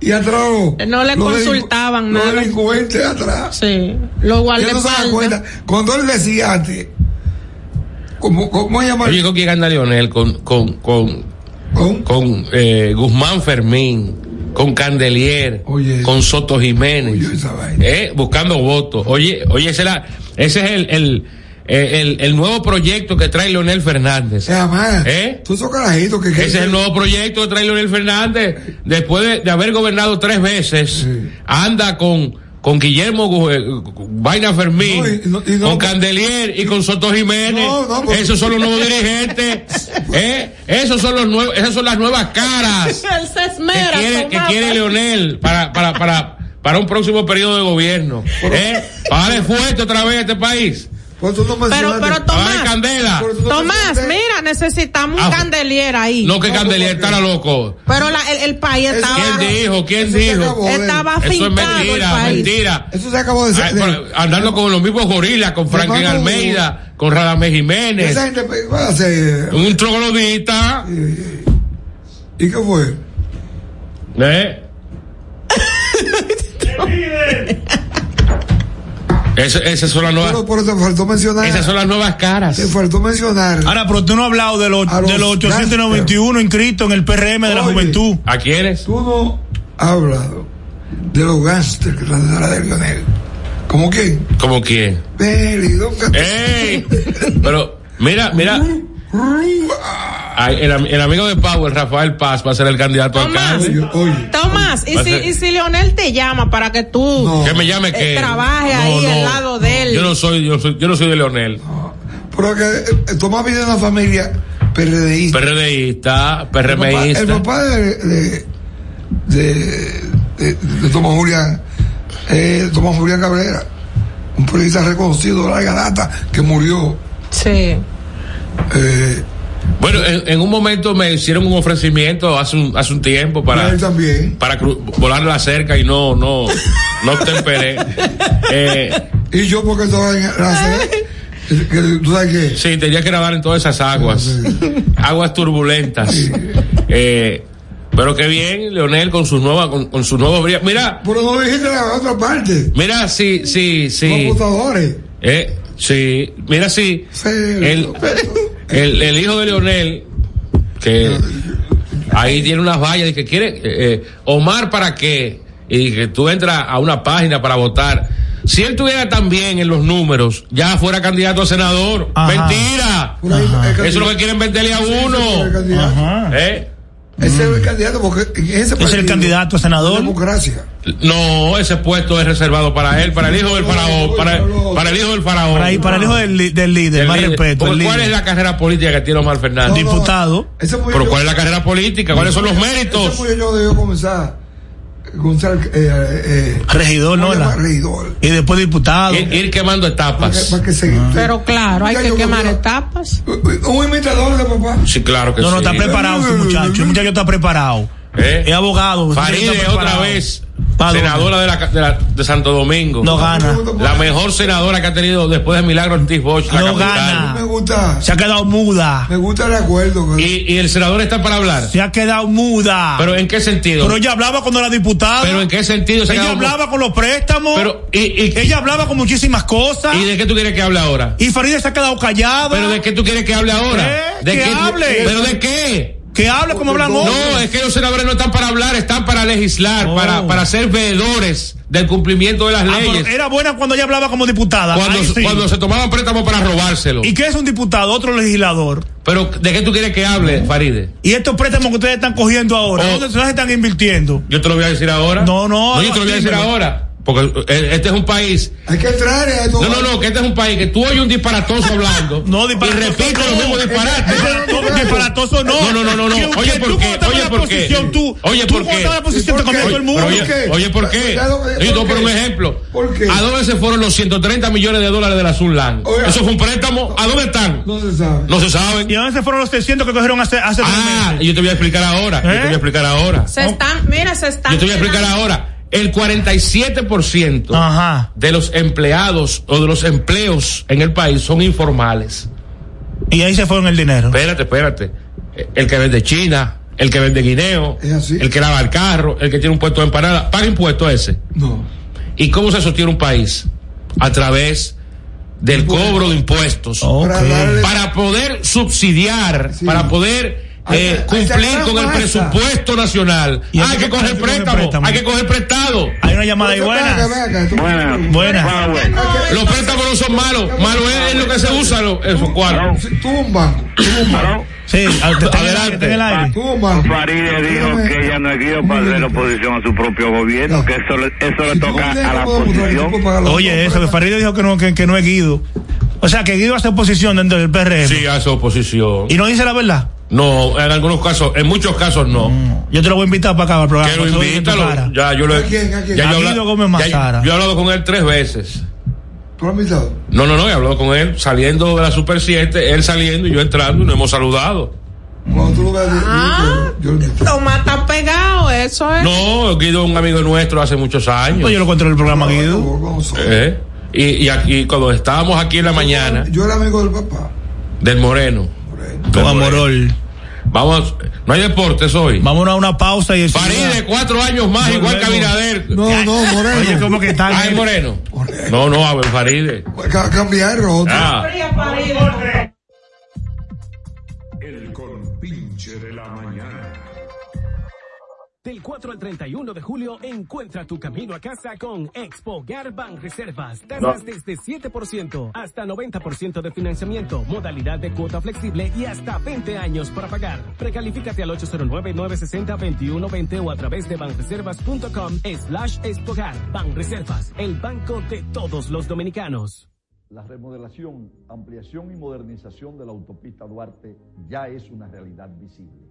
Speaker 5: Y atrás.
Speaker 6: No le
Speaker 5: los delincu-
Speaker 6: consultaban nada.
Speaker 5: Los delincuentes atrás.
Speaker 6: Sí.
Speaker 5: Él no
Speaker 6: Los
Speaker 5: se da
Speaker 6: guardaespaldas.
Speaker 5: cuenta. Cuando él decía antes, ¿cómo, cómo llamar?
Speaker 4: Oye, ¿con quién anda Leonel? Con, con, con, con, eh, Guzmán Fermín, con Candelier, con Soto Jiménez, eh, buscando votos. Oye, oye, ese, era- ese es el, el, el, el nuevo proyecto que trae Leonel Fernández. ¿Eh?
Speaker 5: Tú esos carajitos que, que-
Speaker 4: Ese es el nuevo proyecto que trae Leonel Fernández. Después de, de haber gobernado tres veces, anda con, con Guillermo Gu- eh, Gu- Vaina Fermín, con Candelier y con Soto Jiménez. Esos son los nuevos dirigentes. ¿eh? Esos son los nuevos, esas son las nuevas caras
Speaker 6: él se
Speaker 4: que
Speaker 6: esmera.
Speaker 4: quiere, que
Speaker 6: tomaba.
Speaker 4: quiere Leonel para, para, para, para un próximo periodo de gobierno. ¿eh? Para darle fuerte otra vez a este país.
Speaker 6: Pero, pero Tomás,
Speaker 4: Para darle candela. Ah,
Speaker 6: Tomás, mira, necesitamos un candelier ahí.
Speaker 4: No, que Candelier estará loco.
Speaker 6: Pero la- el, el país estaba.
Speaker 4: ¿Quién dijo? ¿Quién
Speaker 6: Eso se
Speaker 4: dijo?
Speaker 6: acabó, Estaba
Speaker 4: Eso es
Speaker 6: fincado el
Speaker 4: mentira,
Speaker 6: país.
Speaker 4: mentira.
Speaker 5: Eso se acabó de
Speaker 4: Ay, pero Andando con los mismos gorilas, con Franklin
Speaker 5: mando un-
Speaker 4: Almeida, con Radamés Jiménez.
Speaker 5: Esa gente pues, va a ser-
Speaker 4: Un troglodita.
Speaker 5: ¿Y qué fue?
Speaker 4: ¿Eh? Esa- Esas son las nuevas.
Speaker 5: Pero, pero te faltó mencionar.
Speaker 4: Esas son las nuevas caras.
Speaker 5: Te faltó mencionar.
Speaker 3: Ahora, pero tú no has hablado de los,
Speaker 5: A los
Speaker 3: de los 891 inscritos en el PRM de la
Speaker 5: Oye.
Speaker 3: juventud.
Speaker 4: ¿A quiénes?
Speaker 5: Tú no has hablado de los gángsters que están detrás de Lionel. ¿Cómo quién?
Speaker 4: ¿Como quién?
Speaker 5: Beli, don Cat-
Speaker 4: ¡Ey! Pero, mira, mira. Ay, el, am- el amigo de Power, Rafael Paz, va a ser el candidato al alcalde.
Speaker 6: Tomás, y
Speaker 4: Va a
Speaker 6: si,
Speaker 4: ser-
Speaker 6: y si Leonel te llama para que tú
Speaker 4: Que me llame
Speaker 6: eh,
Speaker 4: que.
Speaker 6: trabajes ahí al lado de él.
Speaker 4: Yo no soy, yo soy, yo no soy de Leonel.
Speaker 5: Pero que eh, Tomás viene de una familia PRDista.
Speaker 4: PRDista,
Speaker 5: El papá- El
Speaker 4: PRMista.
Speaker 5: papá de, de, de, de- de Tomás Julián, eh, Tomás Julián Cabrera, un periodista reconocido de larga data que murió.
Speaker 6: Sí.
Speaker 4: Bueno, en, en un momento me hicieron un ofrecimiento hace un, hace un tiempo para,
Speaker 5: él también.
Speaker 4: para cru- volar la cerca y no, no, no temperé. Eh,
Speaker 5: Y yo porque estaba en la sede, que- que ¿Tú sabes qué?
Speaker 4: Sí, tenía que nadar en todas esas aguas. Aguas turbulentas. Eh, pero qué bien, Leonel, con sus nuevas, con, con sus nuevos brillos. Mira,
Speaker 5: Pero no dijiste la otra parte.
Speaker 4: mira, sí, sí, sí.
Speaker 5: Computadores.
Speaker 4: Eh, sí, mira, sí. El, el, el hijo de Leonel, que ahí tiene unas vallas, y que quiere, eh, eh, Omar, ¿para qué? Y que tú entras a una página para votar. Si él tuviera también en los números, ya fuera candidato a senador. Mentira. Eso es lo que quieren venderle a uno. ¿Eh?
Speaker 5: Ese es el candidato porque en ese
Speaker 4: Es el candidato
Speaker 3: a senador.
Speaker 5: Democracia.
Speaker 4: No, ese puesto es reservado para él, para el hijo del faraón, para, para el hijo del faraón.
Speaker 3: Para, ahí- para el hijo del, li- del líder,
Speaker 4: Del
Speaker 3: más
Speaker 4: líder.
Speaker 3: respeto.
Speaker 4: Porque
Speaker 3: el
Speaker 4: ¿Cuál
Speaker 3: líder.
Speaker 4: es la carrera política que tiene Omar Fernández?
Speaker 3: Diputado.
Speaker 4: Pero ¿cuál es la carrera política? ¿Cuáles son los méritos?
Speaker 5: Ese fui yo debió comenzar. Gonzalo, eh, eh,
Speaker 3: Regidor,
Speaker 5: ¿cómo
Speaker 3: no,
Speaker 5: se llama?
Speaker 3: la-
Speaker 5: Regidor.
Speaker 3: Y después diputado.
Speaker 4: Ir, ir quemando etapas.
Speaker 6: Pero claro, hay que quemar etapas.
Speaker 5: Un imitador de papá.
Speaker 4: Sí, claro que
Speaker 3: No, no,
Speaker 4: sí.
Speaker 3: está preparado este muchacho. El muchacho está preparado.
Speaker 4: ¿Eh?
Speaker 3: Es abogado.
Speaker 4: Faride,
Speaker 3: Está
Speaker 4: otra
Speaker 3: preparado.
Speaker 4: vez,
Speaker 3: ¿Para
Speaker 4: senadora de, la, de, la- de Santo Domingo.
Speaker 3: No gana.
Speaker 4: La mejor senadora que ha tenido después de Milagro Ortiz Bosch, la
Speaker 3: No
Speaker 4: capital.
Speaker 3: gana.
Speaker 5: Me gusta.
Speaker 3: Se ha quedado muda.
Speaker 5: Me gusta el acuerdo.
Speaker 4: Y, y el senador está para hablar.
Speaker 3: Se ha quedado muda.
Speaker 4: ¿Pero en qué sentido?
Speaker 3: Pero ella hablaba cuando era diputada.
Speaker 4: ¿Pero en qué sentido se ha
Speaker 3: Ella
Speaker 4: quedado
Speaker 3: hablaba con los préstamos. ella hablaba con muchísimas cosas.
Speaker 4: ¿Y de qué tú quieres que hable ahora?
Speaker 3: Y Faride se ha quedado callada.
Speaker 4: ¿Pero de qué tú quieres que hable ahora?
Speaker 3: ¿Qué?
Speaker 4: ¿De
Speaker 3: ¿Eh? que
Speaker 4: qué-
Speaker 3: hable.
Speaker 4: ¿Pero de qué?
Speaker 3: Que hable como hablan
Speaker 4: No,
Speaker 3: otros.
Speaker 4: es que los senadores no están para hablar, están para legislar, para, para ser veedores del cumplimiento de las
Speaker 3: Oh. Ah, pero
Speaker 4: leyes.
Speaker 3: Era buena cuando ella hablaba como diputada.
Speaker 4: Cuando,
Speaker 3: Ahí sí.
Speaker 4: cuando se tomaban préstamos para robárselo.
Speaker 3: ¿Y qué es un diputado? Otro legislador.
Speaker 4: Pero, ¿de qué tú quieres que hable, Faride?
Speaker 3: ¿Y estos préstamos que ustedes están cogiendo ahora? ¿Dónde se los están invirtiendo?
Speaker 4: Oh. Yo te lo voy a decir ahora.
Speaker 3: No, no,
Speaker 4: yo te lo voy a decir
Speaker 3: dímelo.
Speaker 4: ahora. Porque eh, este es un país.
Speaker 5: Hay que entrar a
Speaker 4: No, no, no, que este es un país que tú oyes un disparatoso hablando. no, Y repite los mismos disparates.
Speaker 3: No, disparatoso no.
Speaker 4: No, no, no, no. no.
Speaker 3: Que- que
Speaker 4: Oye,
Speaker 3: tú
Speaker 4: ¿por qué?
Speaker 3: cuando estabas en
Speaker 4: Oye,
Speaker 3: la
Speaker 4: ¿por qué?
Speaker 3: posición, tú-
Speaker 4: Oye,
Speaker 3: tú
Speaker 4: ¿por
Speaker 3: cuando
Speaker 4: qué?
Speaker 3: estabas en la posición, te cambió todo el mundo.
Speaker 4: Oye,
Speaker 3: ¿Por qué? eh,
Speaker 4: Oye, ¿por qué? eh, Yo te voy a poner un ejemplo. ¿A dónde se fueron los 130 millones de dólares de la Sunland? Eso fue un préstamo. ¿A dónde están?
Speaker 5: No se sabe.
Speaker 4: No se saben.
Speaker 3: ¿Y a dónde se fueron los 300 que cogieron hace, hace tres ¿Eh?
Speaker 4: Ah, yo te voy a explicar ahora. Yo te voy a explicar ahora.
Speaker 6: Se están, mira, se están.
Speaker 4: Oh. Yo te voy a explicar ahora. El 47% de los empleados o de los empleos en el país son informales.
Speaker 3: Y ahí se fueron el dinero.
Speaker 4: Espérate, espérate. El que vende China, el que vende guineo, el que lava el carro, el que tiene un puesto de empanada, paga impuesto ese.
Speaker 5: No.
Speaker 4: ¿Y cómo se sostiene un país? A través del cobro de impuestos.
Speaker 5: Para darle-
Speaker 4: Para poder subsidiar, para poder
Speaker 5: Ahí-
Speaker 4: eh,
Speaker 5: ahí
Speaker 4: cumplir
Speaker 5: sacaron
Speaker 4: con el
Speaker 5: masa.
Speaker 4: presupuesto nacional.
Speaker 3: Y
Speaker 4: hay que coger préstamo, hay que coger prestado.
Speaker 3: Hay una llamada y buenas.
Speaker 7: Buenas.
Speaker 3: Buenas.
Speaker 4: Los préstamos no son malos, malo es lo que se usa lo- esos cuartos.
Speaker 5: Tuvo un banco. Tuvo un banco.
Speaker 3: Sí,
Speaker 11: adelante.
Speaker 5: Tuvo un banco.
Speaker 11: Faride dijo que ella no es guía para hacer oposición a su propio gobierno, que eso le, eso le toca a la oposición.
Speaker 3: Oye, eso, que Faride dijo que no, que, que no es Guido. O sea, que Guido hace oposición dentro del PRM.
Speaker 4: Sí, hace oposición.
Speaker 3: Y no dice la verdad.
Speaker 4: No, en algunos casos, en muchos casos no.
Speaker 3: Yo te lo voy a invitar para acá, para el programa.
Speaker 4: Que lo
Speaker 3: Eso es
Speaker 4: invítalo.
Speaker 3: en tu cara.
Speaker 4: Ya, yo lo he-
Speaker 3: ¿A quién, a quién?
Speaker 4: ya yo he
Speaker 3: A
Speaker 4: habla-
Speaker 3: Guido
Speaker 4: ya
Speaker 3: Gómez
Speaker 4: yo-
Speaker 3: Mazara.
Speaker 4: Yo he hablado con él tres veces.
Speaker 5: ¿Tú lo has invitado?
Speaker 4: No, no, no, he hablado con él saliendo de la Super 7, él saliendo y yo entrando y nos hemos saludado.
Speaker 5: Cuando tú lo ves,
Speaker 6: Ah, Tomás está pegado, eso es.
Speaker 4: No, Guido es un amigo nuestro hace muchos años.
Speaker 3: Pues yo lo encontré en el programa Guido.
Speaker 4: Eh, Y, y aquí, cuando estábamos aquí en la mañana,
Speaker 5: yo era amigo del papá.
Speaker 4: del Moreno. Con
Speaker 3: Amorol.
Speaker 4: Vamos, no hay deportes hoy.
Speaker 3: Vámonos a una pausa y
Speaker 4: Faride, cuatro años más, igual que Abinader.
Speaker 5: No, no, Moreno.
Speaker 3: Oye, ¿cómo que tal?
Speaker 4: Ay, Moreno. No, no, a ver, Faride.
Speaker 5: Pues Ca- cambiarlo. otro.
Speaker 4: Ah.
Speaker 12: El compinche de la mañana.
Speaker 13: Del 4 al 31 de julio, encuentra tu camino a casa con Expo Garban Reservas. Tasas
Speaker 14: No.
Speaker 13: desde 7% hasta 90% de financiamiento, modalidad de cuota flexible y hasta 20 años para pagar. Precalifícate al 809-960-2120 o a través de banreservas.com slash Expogar. Banreservas, el banco de todos los dominicanos.
Speaker 15: La remodelación, ampliación y modernización de la autopista Duarte ya es una realidad visible.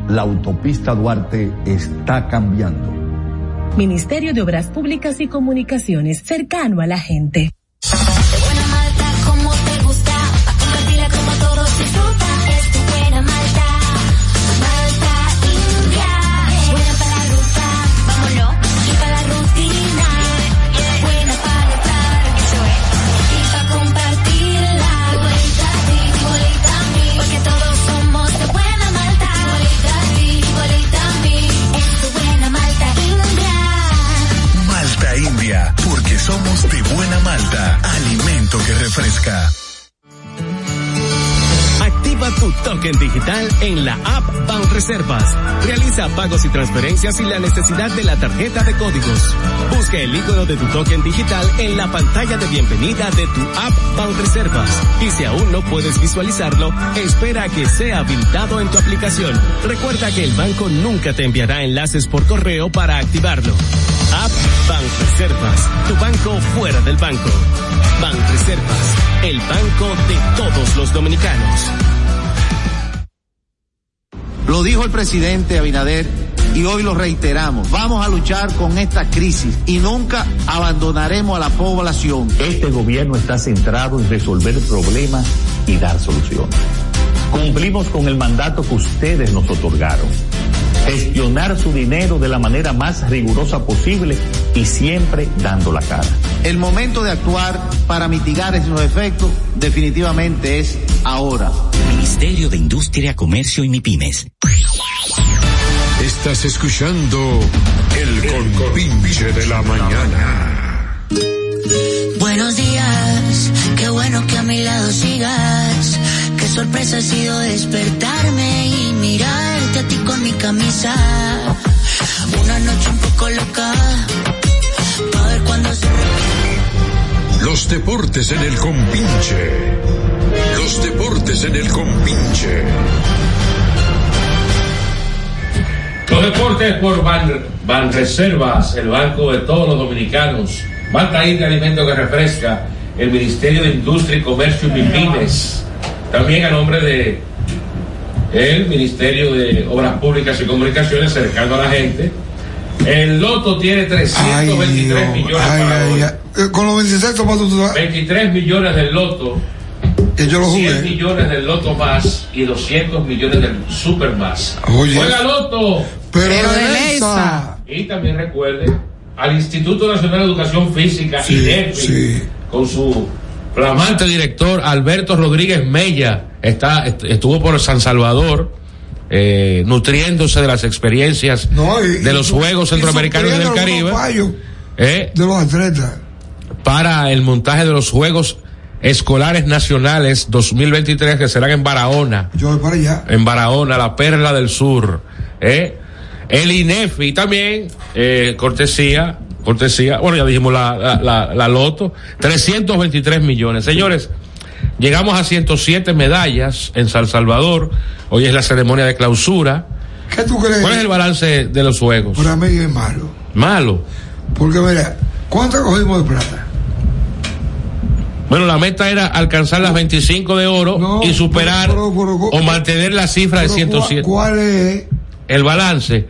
Speaker 15: La autopista Duarte está cambiando.
Speaker 16: Ministerio de Obras Públicas y Comunicaciones, cercano a la gente.
Speaker 17: Buena malta como te gusta, pa' compartirla como todos disfrutan. Es tu buena malta, malta india. Buena para la ruta, vámonos, y para la rutina. Buena para gozar, eso es. Y para compartirla, igualita a ti, igualita a mí. Porque todos somos de buena malta, igualita a ti, igualita a mí. Es tu buena malta india.
Speaker 12: Malta India, porque somos de buena malta, alimento que refresca.
Speaker 13: Activa tu token digital en la app Banreservas. Realiza pagos y transferencias sin la necesidad de la tarjeta de códigos. Busca el icono de tu token digital en la pantalla de bienvenida de tu app Banreservas. Y si aún no puedes visualizarlo, espera a que sea habilitado en tu aplicación. Recuerda que el banco nunca te enviará enlaces por correo para activarlo. App Banreservas, tu banco fuera del banco. Banreservas, el banco de todos los dominicanos.
Speaker 18: Lo dijo el presidente Abinader y hoy lo reiteramos. Vamos a luchar con esta crisis y nunca abandonaremos a la población.
Speaker 19: Este gobierno está centrado en resolver problemas y dar soluciones. Cumplimos con el mandato que ustedes nos otorgaron. gestionar su dinero de la manera más rigurosa posible y siempre dando la cara.
Speaker 18: El momento de actuar para mitigar esos efectos definitivamente es ahora.
Speaker 20: Ministerio de Industria, Comercio y MIPIMES.
Speaker 9: Estás escuchando el compinche de la mañana.
Speaker 17: Buenos días, qué bueno que a mi lado sigas. Qué sorpresa ha sido despertarme y mirarte a ti con mi camisa. Una noche un poco loca, pa' ver cuándo se
Speaker 9: Los deportes en el compinche. Los deportes en el compinche.
Speaker 4: Los deportes por Ban, Reservas, el banco de todos los dominicanos. Bancaín de Alimento que Refresca, el Ministerio de Industria y Comercio y MIPIMES. También a nombre de el Ministerio de Obras Públicas y Comunicaciones, cercano a la gente. El Loto tiene 323 millones
Speaker 5: Ay,
Speaker 4: para
Speaker 5: ay,
Speaker 4: hoy.
Speaker 5: ay. Eh, Con los 26 tomas tú- tú-
Speaker 4: 23 millones del Loto.
Speaker 5: Que yo lo
Speaker 4: 100
Speaker 5: jugué.
Speaker 4: millones del Loto más y 200 millones del Super más.
Speaker 5: Oye.
Speaker 4: Juega Loto.
Speaker 5: Pero Pero de de Lesa.
Speaker 4: Y también recuerde al Instituto Nacional de Educación Física, INEFI, con su flamante director Alberto Rodríguez Mella, está, est- estuvo por San Salvador. eh, nutriéndose de las experiencias de los Juegos Centroamericanos y del Caribe. ¿Eh? De
Speaker 5: los atletas.
Speaker 4: Para el montaje de los Juegos Escolares Nacionales 2023 que serán en Barahona.
Speaker 5: Yo voy para allá.
Speaker 4: En Barahona, la perla del sur. ¿eh? El INEFI también, eh, cortesía, cortesía, bueno, ya dijimos la, la, la- la loto, 323 millones. Señores, llegamos a 107 medallas en San Salvador. Hoy es la ceremonia de clausura.
Speaker 5: ¿Qué tú crees?
Speaker 4: ¿Cuál es el balance de los juegos?
Speaker 5: Para mí es malo.
Speaker 4: Malo.
Speaker 5: Porque mira, ¿cuánto cogimos de plata?
Speaker 4: Bueno, la meta era alcanzar las 25 de oro y superar o mantener la cifra de 107.
Speaker 5: eh, ¿Cuál es? Eh,
Speaker 4: El balance,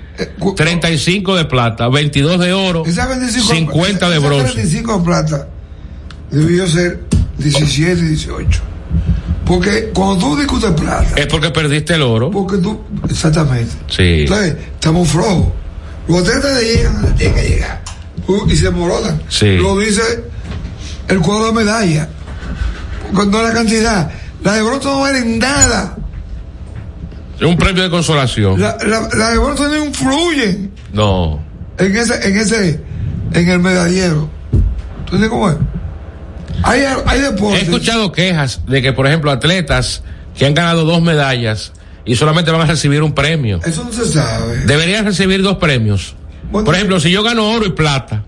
Speaker 4: 35 de plata, 22 de oro, 50 de
Speaker 5: Esa
Speaker 4: bronce.
Speaker 5: 35 de plata debió ser 17, 18. Porque cuando tú discutes plata,
Speaker 4: Es porque perdiste el oro.
Speaker 5: Porque tú, exactamente.
Speaker 4: Sí.
Speaker 5: Entonces, estamos flojos. Los atletas le llegan donde tienen que llegar. Uh, Y se morotan.
Speaker 4: Sí.
Speaker 5: Lo dice el cuadro de medalla. Cuando la cantidad. Las de bronce no valen nada.
Speaker 4: Es un premio de consolación.
Speaker 5: La- la- Las de bronce no influyen
Speaker 4: No.
Speaker 5: en ese, en ese, en el medallero. Entonces, ¿cómo es? Hay, hay
Speaker 4: He
Speaker 5: deportes.
Speaker 4: escuchado quejas de que, por ejemplo, atletas que han ganado dos medallas y solamente van a recibir un premio.
Speaker 5: Eso no se sabe.
Speaker 4: Deberían recibir dos premios. Por ejemplo, si yo gano oro y plata.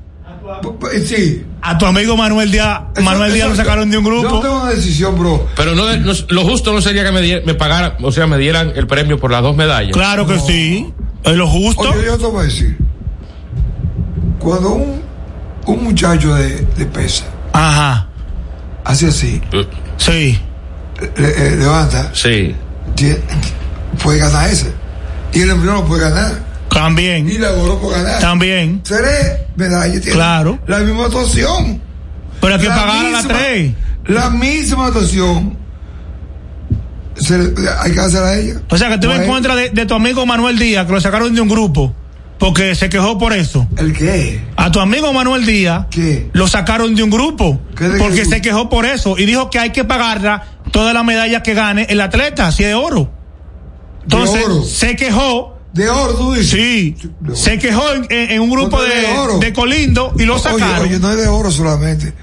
Speaker 5: Pues,
Speaker 3: A tu amigo Manuel Díaz, Manuel Díaz lo sacaron de un grupo.
Speaker 5: Yo tengo una decisión, bro.
Speaker 4: Pero no, no- lo justo no sería que me, die- me pagaran, o sea, me dieran el premio por las dos medallas.
Speaker 3: Claro que sí. Es lo justo.
Speaker 5: Oye, yo te voy a decir. Cuando un, un muchacho de, de pesa.
Speaker 3: Ajá.
Speaker 5: Hace así.
Speaker 3: Sí.
Speaker 5: levanta.
Speaker 4: Sí.
Speaker 5: tie- Puede ganar ese. Y el embrión lo puede ganar.
Speaker 3: También.
Speaker 5: Y la gorro puede ganar.
Speaker 3: También.
Speaker 5: Tres medallas. tiene
Speaker 3: Claro.
Speaker 5: La misma actuación.
Speaker 3: Pero hay que pagar a las
Speaker 5: misma-
Speaker 3: tres.
Speaker 5: La misma actuación. Se le- hay que hacer a ella.
Speaker 3: O sea, que tú
Speaker 5: No
Speaker 3: en
Speaker 5: hay-
Speaker 3: contra de, de tu amigo Manuel Díaz, que lo sacaron de un grupo, porque se quejó por eso.
Speaker 5: ¿El qué?
Speaker 3: A tu amigo Manuel Díaz, lo sacaron de un grupo,
Speaker 5: de qué
Speaker 3: porque
Speaker 5: grupo?
Speaker 3: se quejó por eso, y dijo que hay que pagarla toda la medalla que gane el atleta, si de oro. Entonces,
Speaker 5: oro?
Speaker 3: se quejó.
Speaker 5: ¿De oro tú dices?
Speaker 3: Sí. Se quejó en, en- en un grupo
Speaker 5: No, no
Speaker 3: de,
Speaker 5: es de oro.
Speaker 3: de Colindo y lo
Speaker 5: Oye,
Speaker 3: sacaron.
Speaker 5: Oye, no es de oro solamente.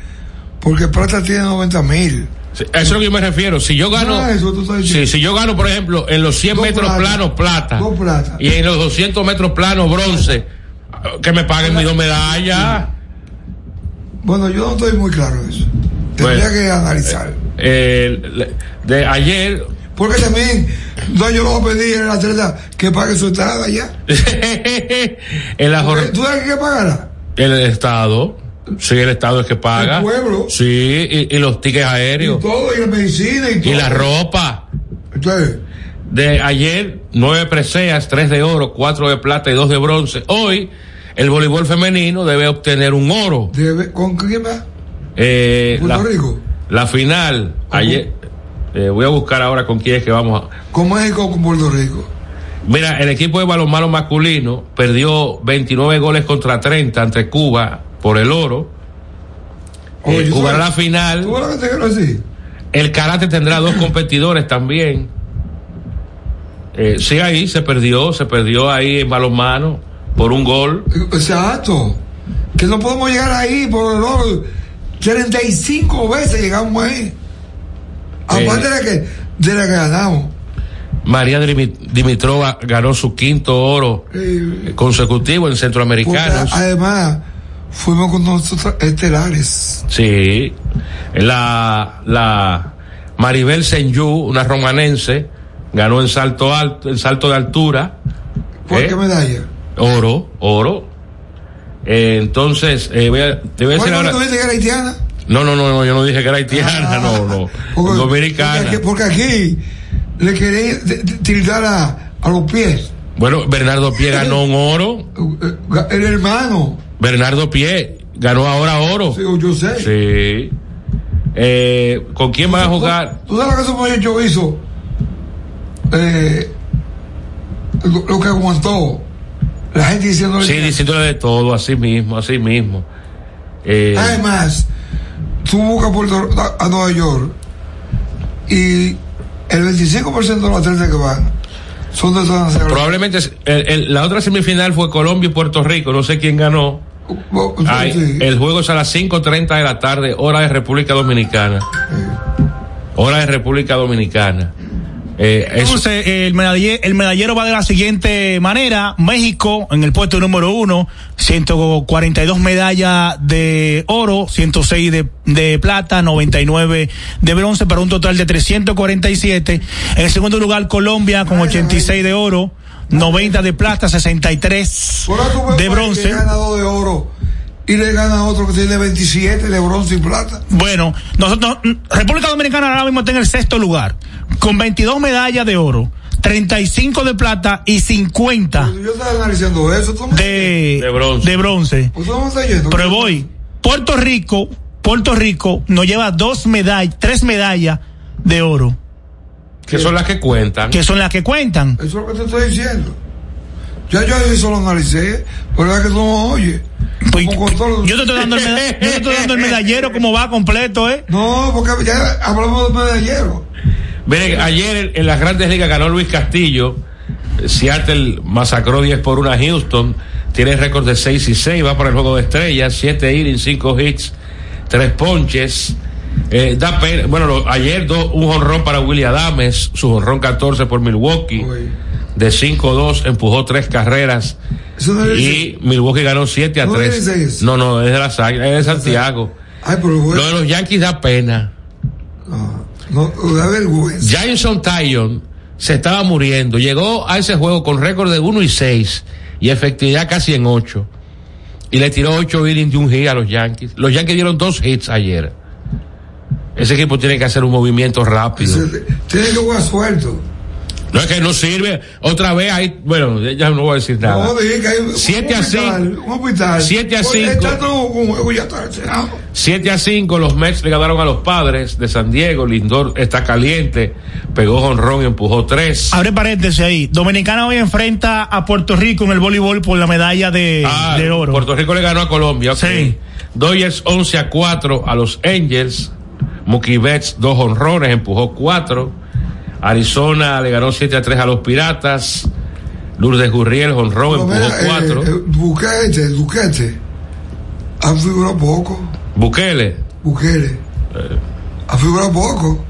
Speaker 5: Porque plata tiene 90 mil.
Speaker 4: Sí, Eso es lo que yo me refiero. Si yo gano,
Speaker 5: Ah, eso tú estás
Speaker 4: Sí,
Speaker 5: diciendo.
Speaker 4: si yo gano, por ejemplo, en los 100
Speaker 5: Dos
Speaker 4: metros
Speaker 5: plata.
Speaker 4: planos plata
Speaker 5: Dos plata.
Speaker 4: y en los 200 metros planos bronce, que me paguen mis dos medallas.
Speaker 5: Bueno, yo no estoy muy claro en eso. Tendría
Speaker 4: Bueno.
Speaker 5: que analizar.
Speaker 4: Eh, le- de ayer,
Speaker 5: Porque también, no, yo lo voy a pedir al atleta que pague su entrada ya.
Speaker 4: en la jornada.
Speaker 5: ¿Tú sabes que pagará?
Speaker 4: El Estado. Sí, el Estado es que paga.
Speaker 5: El pueblo.
Speaker 4: Sí, y, y los tickets aéreos.
Speaker 5: Y todo, y la medicina y todo.
Speaker 4: Y la ropa. De ayer, nueve preseas, tres de oro, cuatro de plata y dos de bronce. Hoy, el voleibol femenino debe obtener un oro.
Speaker 5: Debe- ¿Con quién va?
Speaker 4: Eh,
Speaker 5: Puerto
Speaker 4: la,
Speaker 5: Rico.
Speaker 4: la final, ayer, eh, voy a buscar ahora con quién es que vamos a...
Speaker 5: Con México o con Puerto Rico.
Speaker 4: Mira, el equipo de balonmano masculino perdió 29 goles contra 30 ante Cuba por el oro.
Speaker 5: Oye,
Speaker 4: Eh,
Speaker 5: ¿tú
Speaker 4: jugará
Speaker 5: sabes-
Speaker 4: la final.
Speaker 5: ¿Tú sabes lo que te quiero decir?
Speaker 4: El karate tendrá dos competidores también. Eh, sí, ahí se perdió, se perdió ahí en balonmano por un gol.
Speaker 5: Exacto. Que no podemos llegar ahí por el oro. 35 veces llegamos ahí. Aparte
Speaker 4: Eh.
Speaker 5: de la que, de la que ganamos.
Speaker 4: María Dimi- Dimitrova ganó su quinto oro eh, consecutivo en
Speaker 5: Porque
Speaker 4: Centroamericanos.
Speaker 5: además, fuimos con nuestros estelares.
Speaker 4: Sí. La, la Maribel Senju, una romanense, ganó en salto alto, en salto de altura.
Speaker 5: ¿Por
Speaker 4: ¿Eh?
Speaker 5: qué medalla?
Speaker 4: Oro, oro. Eh, entonces, eh, voy a- te voy a
Speaker 5: ¿Por
Speaker 4: decir
Speaker 5: qué
Speaker 4: ahora.
Speaker 5: no tuviste que era haitiana?
Speaker 4: No, no, no, no, yo no dije que era haitiana, no, no. Dominicana.
Speaker 5: Ah. Porque, porque aquí le queréis de- de- tildar a, a los pies.
Speaker 4: Bueno, Bernardo Pie ganó un oro.
Speaker 5: Eh, El hermano.
Speaker 4: Bernardo Pie ganó ahora oro. Sí,
Speaker 5: yo sé.
Speaker 4: Sí. Eh, ¿Con quién va a jugar?
Speaker 5: ¿Tú sabes lo que ese muchacho hizo? Eh, lo, lo que aguantó. La gente diciéndole.
Speaker 4: Sí, diciéndole de todo, así mismo, así mismo. Eh,
Speaker 5: Ah, Además, tú buscas Puerto- a, a Nueva York y el 25% de los atletas que van son de San
Speaker 4: probablemente el- el- la otra semifinal fue Colombia y Puerto Rico, no sé quién ganó. Ay, el juego es a las 5.30 de la tarde, hora de República Dominicana. Hora de República Dominicana. Eh, eso-
Speaker 3: Entonces, el, medalle- el medallero va de la siguiente manera. México en el puesto número uno, 142 medallas de oro, 106 de, de plata, 99 de bronce, para un total de 347. En el segundo lugar, Colombia con 86 de oro, 90 de plata, 63 de bronce.
Speaker 5: Que gana dos de oro y le gana a otro que tiene 27 de bronce y plata.
Speaker 3: Bueno, nosotros, República Dominicana ahora mismo está en el sexto lugar, con 22 medallas de oro, 35 de plata y 50
Speaker 5: Yo estaba analizando eso. ¿tú me-
Speaker 3: de, de bronce.
Speaker 5: Pues, ¿dónde está yendo?
Speaker 3: Pero voy, Puerto Rico, Puerto Rico nos lleva dos medallas, tres medallas de oro,
Speaker 4: que son las que cuentan.
Speaker 3: que son las que cuentan.
Speaker 5: Eso es lo que te estoy diciendo. Ya yo eso lo analicé, pero es que tú no oyes. Como con todo-
Speaker 3: Pues, Yo te estoy dando el, meda- yo te estoy dando el medallero como va completo, ¿eh?
Speaker 5: No, porque ya hablamos de medallero.
Speaker 4: Miren, ayer en, en las grandes ligas ganó Luis Castillo. Seattle masacró 10 por 1 a Houston. Tiene récord de 6 y 6. Va para el juego de estrellas. 7 innings, 5 hits, 3 ponches. Eh, da pena- Bueno, lo- ayer do- un honrón para Willie Adames. Su honrón 14 por Milwaukee. De 5-2, empujó 3 carreras. Y Milwaukee ganó 7 a
Speaker 5: ¿No
Speaker 4: 3.
Speaker 5: dices?
Speaker 4: No, no, es de las águilas, es de Santiago.
Speaker 5: Ay, pero Ah,
Speaker 4: Lo de los Yankees da pena.
Speaker 5: No, eh, da vergüenza.
Speaker 4: Jameson Tyon se estaba muriendo. Llegó a ese juego con récord de 1 y 6 y efectividad casi en 8. Y le tiró 8 innings de un hit a los Yankees. Los Yankees dieron dos hits ayer. Ese equipo tiene que hacer un movimiento rápido.
Speaker 5: Tiene que jugar suelto.
Speaker 4: No es que no sirve. Otra vez ahí, bueno, ya no voy a decir nada.
Speaker 5: No, dije que hay un
Speaker 4: 7 a
Speaker 5: hospital,
Speaker 4: 5.
Speaker 5: Un hospital.
Speaker 4: 7 a
Speaker 5: Porque
Speaker 4: 5.
Speaker 5: está todo un juego ya está este, ah, alterado.
Speaker 4: 7 a 5, los Mets le ganaron a los padres de San Diego. Lindor está caliente. Pegó jonrón y empujó 3.
Speaker 3: Abre paréntesis ahí. Dominicana hoy enfrenta a Puerto Rico en el voleibol por la medalla de,
Speaker 4: Ah,
Speaker 3: de oro.
Speaker 4: Puerto Rico le ganó a Colombia. Sí. Dodgers 11 a 4 a los Angels. Mookie Betts dos honrones, empujó 4. Arizona le ganó 7 a 3 a los Piratas. Lourdes Gurriel, honrón, empujó
Speaker 5: Mira, eh,
Speaker 4: 4.
Speaker 5: eh, Buquete, Duquete. Ha figurado poco.
Speaker 4: Bukele.
Speaker 5: Bukele. Ha figurado poco.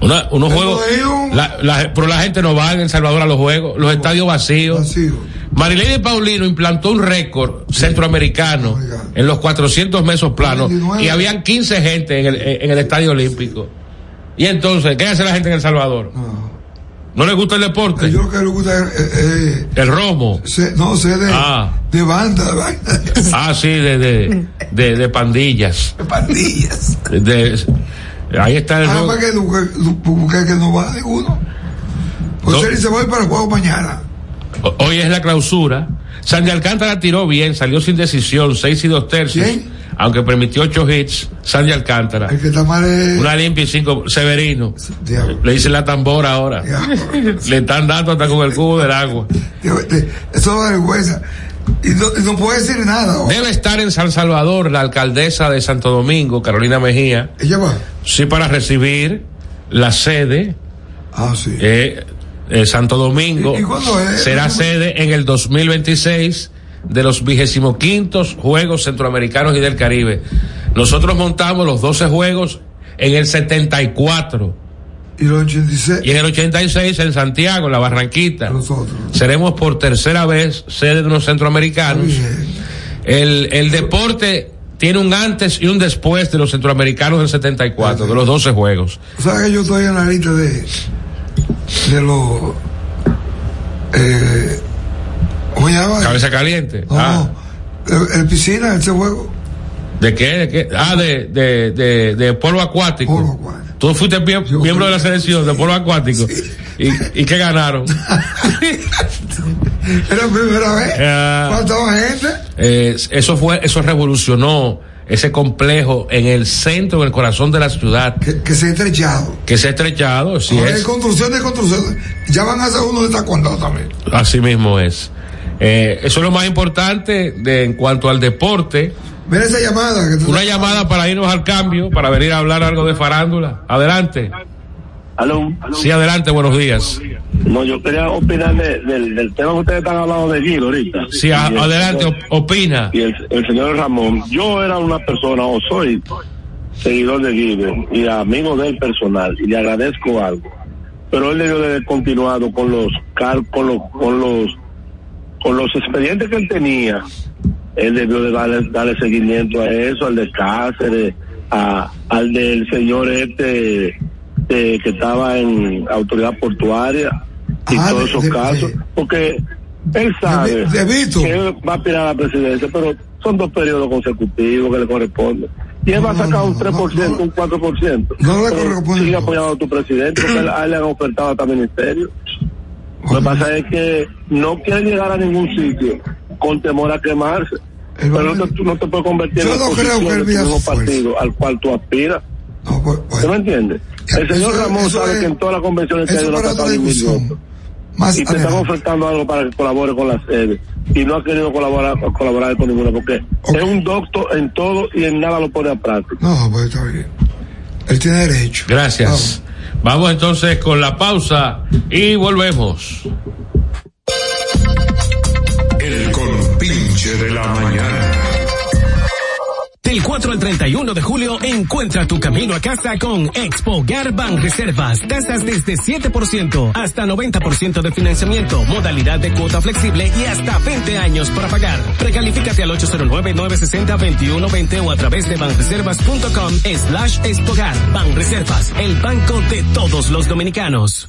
Speaker 4: Una- unos
Speaker 5: Pero
Speaker 4: juegos.
Speaker 5: ellos-
Speaker 4: la- la- pero la gente no va en El Salvador a los juegos, los estadios vacíos. Marilene Paulino implantó un récord centroamericano en los 400 mesos planos y habían 15 gente en el, en el estadio olímpico. Y entonces, ¿qué hace la gente en El Salvador? No, le gusta el deporte.
Speaker 5: Yo creo que le gusta. eh, eh,
Speaker 4: El romo.
Speaker 5: se- no sé, de,
Speaker 4: Ah.
Speaker 5: de banda. de vaina.
Speaker 4: Ah, sí, de, de, de, de pandillas.
Speaker 5: pandillas.
Speaker 4: ahí está el
Speaker 5: Nada
Speaker 4: romo.
Speaker 5: más Ah, pues que Duque- Du- Bukele no va de uno. Pues él se va a ir para el juego mañana.
Speaker 4: O- Hoy es la clausura. Sandy Alcántara tiró bien, salió sin decisión, seis y dos tercios. aunque permitió ocho hits, Sandy Alcántara.
Speaker 5: El que está mal es.
Speaker 4: Una limpia y cinco, Severino.
Speaker 5: Diablo.
Speaker 4: Le dice la tambora ahora. Le están dando hasta con el cubo del agua.
Speaker 5: Eso da vergüenza. Y no, y no puede decir nada. ¿o?
Speaker 4: Debe estar en San Salvador la alcaldesa de Santo Domingo, Carolina Mejía.
Speaker 5: Ella va.
Speaker 4: Sí, para recibir la sede.
Speaker 5: Ah, sí.
Speaker 4: Eh, eh, Santo Domingo
Speaker 5: ¿Y- y cuándo es?
Speaker 4: será
Speaker 5: ¿Cuándo?
Speaker 4: sede en el 2026 de los vigésimo quintos Juegos Centroamericanos y del Caribe. Nosotros montamos los 12 Juegos en el 74
Speaker 5: Y los 86.
Speaker 4: y en el 86 en Santiago, en la Barranquita. Seremos por tercera vez sede de unos centroamericanos.
Speaker 5: eh".
Speaker 4: El, el deporte tiene un antes y un después de los centroamericanos del 74, de los 12 Juegos.
Speaker 5: ¿Sabes que yo estoy en la lista de. de los. Eh, ¿Cómo se llama?
Speaker 4: Cabeza caliente.
Speaker 5: No,
Speaker 4: Ah.
Speaker 5: el, el piscina, ese juego.
Speaker 4: ¿De qué? ¿De qué? Ah, de, de, de, de polo acuático. Tú fuiste mie- miembro de la selección de polo acuático. ¿Y, ¿Y qué ganaron?
Speaker 5: Era la primera vez.
Speaker 4: Ah.
Speaker 5: ¿Cuánta gente?
Speaker 4: Eh, eso fue, eso revolucionó ese complejo en el centro, en el corazón de la ciudad.
Speaker 5: Que, se ha estrechado.
Speaker 4: Que se ha estrechado, sí
Speaker 5: Ahora
Speaker 4: es.
Speaker 5: hay construcción de construcción. Ya van a hacer uno de taekwondo también.
Speaker 4: Así mismo es. Eh, eso es lo más importante de, en cuanto al deporte.
Speaker 5: Mira esa llamada. que tú-
Speaker 4: Una llamada para irnos al cambio, para venir a hablar algo de farándula. Adelante.
Speaker 8: Aló.
Speaker 4: Sí, adelante, buenos días.
Speaker 8: No, yo quería opinar de- del, del tema que ustedes están hablando de Gil ahorita.
Speaker 4: Sí, a-
Speaker 8: Y el
Speaker 4: adelante,
Speaker 8: señor-
Speaker 4: op- opina.
Speaker 8: y el, el señor Ramón. Yo era una persona, o soy seguidor de Gil y amigo del personal, y le agradezco algo. Pero él debió de haber continuado con los, cal- con los, con los, con los expedientes que él tenía. Él debió de darle, darle seguimiento a eso, al de Cáceres, a, al del señor este de- que estaba en autoridad portuaria y
Speaker 5: Ah,
Speaker 8: todos
Speaker 5: de-
Speaker 8: esos
Speaker 5: de-
Speaker 8: casos, porque él sabe que él va a aspirar a la presidencia, pero son dos periodos consecutivos que le corresponden. Y él va a sacar un 3%, un 4%. No le corresponde. Eh, Sigue apoyando a tu presidente, porque a él le han ofertado hasta ministerio. Lo que pasa es que no quiere llegar a ningún sitio con temor a quemarse. Pero no te, tú no te puedes convertir en
Speaker 5: Yo
Speaker 8: la
Speaker 5: no creo que él
Speaker 8: oposición de
Speaker 5: vea
Speaker 8: tu mismo
Speaker 5: fuerza. pues,
Speaker 8: partido al cual tú aspiras. ¿Tú no entiendes? El señor
Speaker 5: Eso-
Speaker 8: Ramón
Speaker 5: eso
Speaker 8: sabe
Speaker 5: es-
Speaker 8: que en todas las convenciones que
Speaker 5: eso
Speaker 8: hay
Speaker 5: para otra
Speaker 8: de
Speaker 5: discusión. Más
Speaker 8: y te están
Speaker 5: adelante.
Speaker 8: ofertando algo para que colabore con la sede y no ha querido colaborar colaborar con ninguna porque es un doctor en todo y en nada lo pone a práctica.
Speaker 5: No, pues está bien. Él tiene derecho.
Speaker 4: Gracias. Vamos. entonces con la pausa y volvemos.
Speaker 12: El compinche de la mañana.
Speaker 13: Del 4 al 31 de julio, encuentra tu camino a casa con Expo Garban Reservas. Tasas desde 7% hasta 90% de financiamiento, modalidad de cuota flexible y hasta 20 años para pagar. Precalifícate al 809-960-2120 o a través de banreservas.com slash expogar. Banreservas, el banco de todos los dominicanos.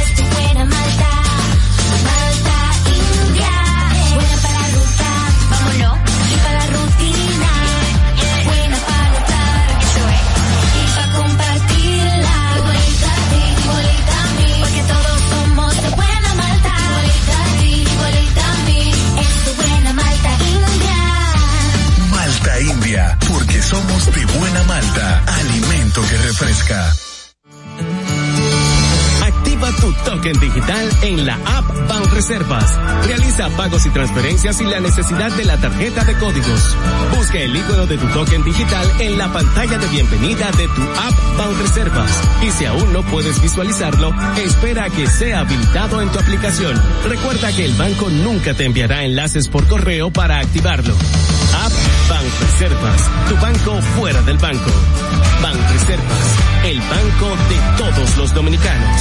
Speaker 17: Es tu buena malta, malta india. Buena para la ruta, vámonos. Y para la rutina, buena para notar. Eso es. eh, Y para compartirla, igualita a ti, igualita a mí. Porque todos somos de buena malta. Igualita a ti, igualita a mí. Es tu buena malta india.
Speaker 12: Malta India, porque somos de buena malta, alimento que refresca.
Speaker 13: Activa token digital en la app Banreservas. Realiza pagos y transferencias sin la necesidad de la tarjeta de códigos. Busca el icono de tu token digital en la pantalla de bienvenida de tu app Banreservas. Y si aún no puedes visualizarlo, espera a que sea habilitado en tu aplicación. Recuerda que el banco nunca te enviará enlaces por correo para activarlo. App Banreservas, tu banco fuera del banco. Banreservas, el banco de todos los dominicanos.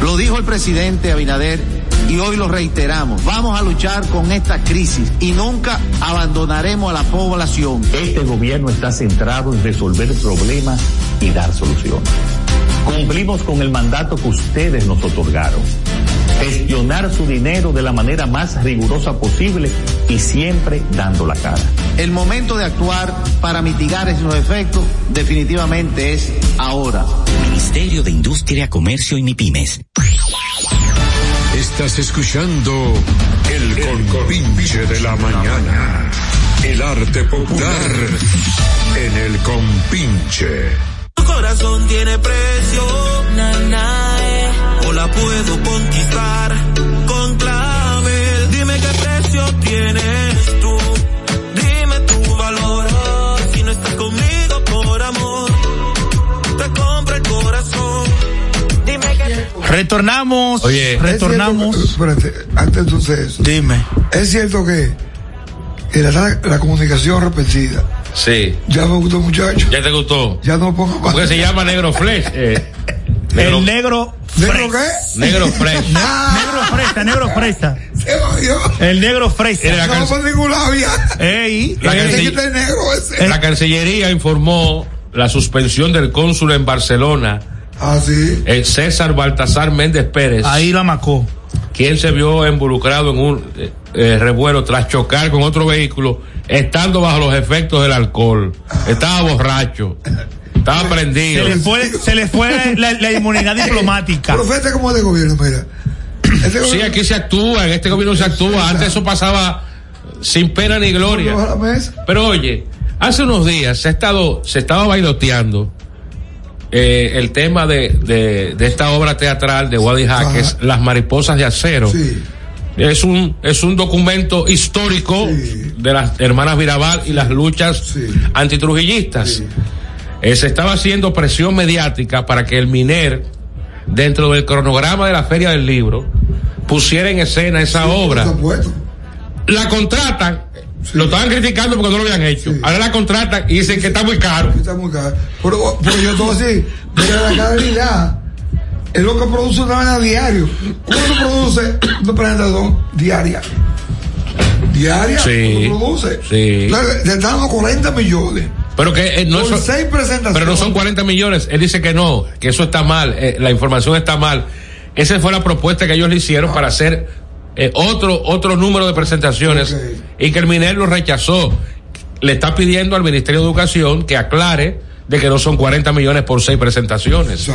Speaker 18: Lo dijo el presidente Abinader y hoy lo reiteramos. Vamos a luchar con esta crisis y nunca abandonaremos a la población.
Speaker 19: Este gobierno está centrado en resolver problemas y dar soluciones. Cumplimos con el mandato que ustedes nos otorgaron. Gestionar su dinero de la manera más rigurosa posible y siempre dando la cara.
Speaker 18: El momento de actuar para mitigar esos efectos definitivamente es ahora.
Speaker 20: Ministerio de Industria, Comercio y MIPIMES.
Speaker 9: Estás escuchando el, compinche de la mañana. El arte popular en el compinche.
Speaker 2: Tu corazón tiene precio.
Speaker 1: eh.
Speaker 2: O la puedo conquistar con clavel. Dime qué precio tienes tú. Dime tu valor. Si no estás conmigo por amor, te compro el corazón. Dime que
Speaker 3: Retornamos, retornamos.
Speaker 5: Es cierto que- espérate, antes de suceso.
Speaker 3: Dime.
Speaker 5: Es cierto que, que la, la comunicación repetida.
Speaker 4: Sí.
Speaker 5: Ya me gustó muchacho.
Speaker 4: ¿Ya te gustó?
Speaker 5: Ya no pongo más.
Speaker 4: Porque se llama Negro Flesh. eh.
Speaker 3: El negro.
Speaker 5: ¿Negro qué?
Speaker 4: Negro Fresh.
Speaker 3: negro fresa, negro fresa. El negro fresa.
Speaker 4: Era la No, canc- por
Speaker 5: ningún lado
Speaker 3: Ey. eh.
Speaker 4: La cancell- La Cancillería informó la suspensión del cónsul en Barcelona,
Speaker 5: Ah, sí.
Speaker 4: eh, César Baltasar Méndez Pérez,
Speaker 3: Ahí la macó.
Speaker 4: quien se vio involucrado en un eh, eh, revuelo tras chocar con otro vehículo, estando bajo los efectos del alcohol. Estaba borracho, estaba
Speaker 3: Se
Speaker 4: prendido.
Speaker 3: le fue, se le fue la, la inmunidad diplomática.
Speaker 5: Profeta como de gobierno, mira.
Speaker 4: Sí, aquí se actúa, en este gobierno se actúa. Antes eso pasaba sin pena ni gloria.
Speaker 5: Vamos a la mesa.
Speaker 4: Pero oye, hace unos días se ha estado, se estaba bailoteando eh, el tema de, de, de esta obra teatral de Wadi Jaques, Las mariposas de acero. Es un, es un documento histórico de las hermanas Virabal y las luchas antitrujillistas. Eh, se estaba haciendo presión mediática para que el Miner, dentro del cronograma de la Feria del Libro, pusiera en escena esa obra. La contratan, lo estaban criticando porque no lo habían hecho. Ahora la contratan y dicen que está muy caro.
Speaker 5: Está muy caro. Pero, pero yo todo así, mira la calidad. Es lo que produce una vaina diario. ¿Cuánto produce una presentación diaria? Diaria,
Speaker 4: Sí.
Speaker 5: ¿cuánto produce?
Speaker 4: Sí.
Speaker 5: Claro, Te están dando 40 millones.
Speaker 4: Pero que eh, no
Speaker 5: Con
Speaker 4: son-
Speaker 5: seis presentaciones.
Speaker 4: Pero no son 40 millones. Él dice que no, que eso está mal, eh, la información está mal. Esa fue la propuesta que ellos le hicieron para hacer eh, otro otro número de presentaciones y que el MINER lo rechazó. Le está pidiendo al Ministerio de Educación que aclare de que no son 40 millones por seis presentaciones.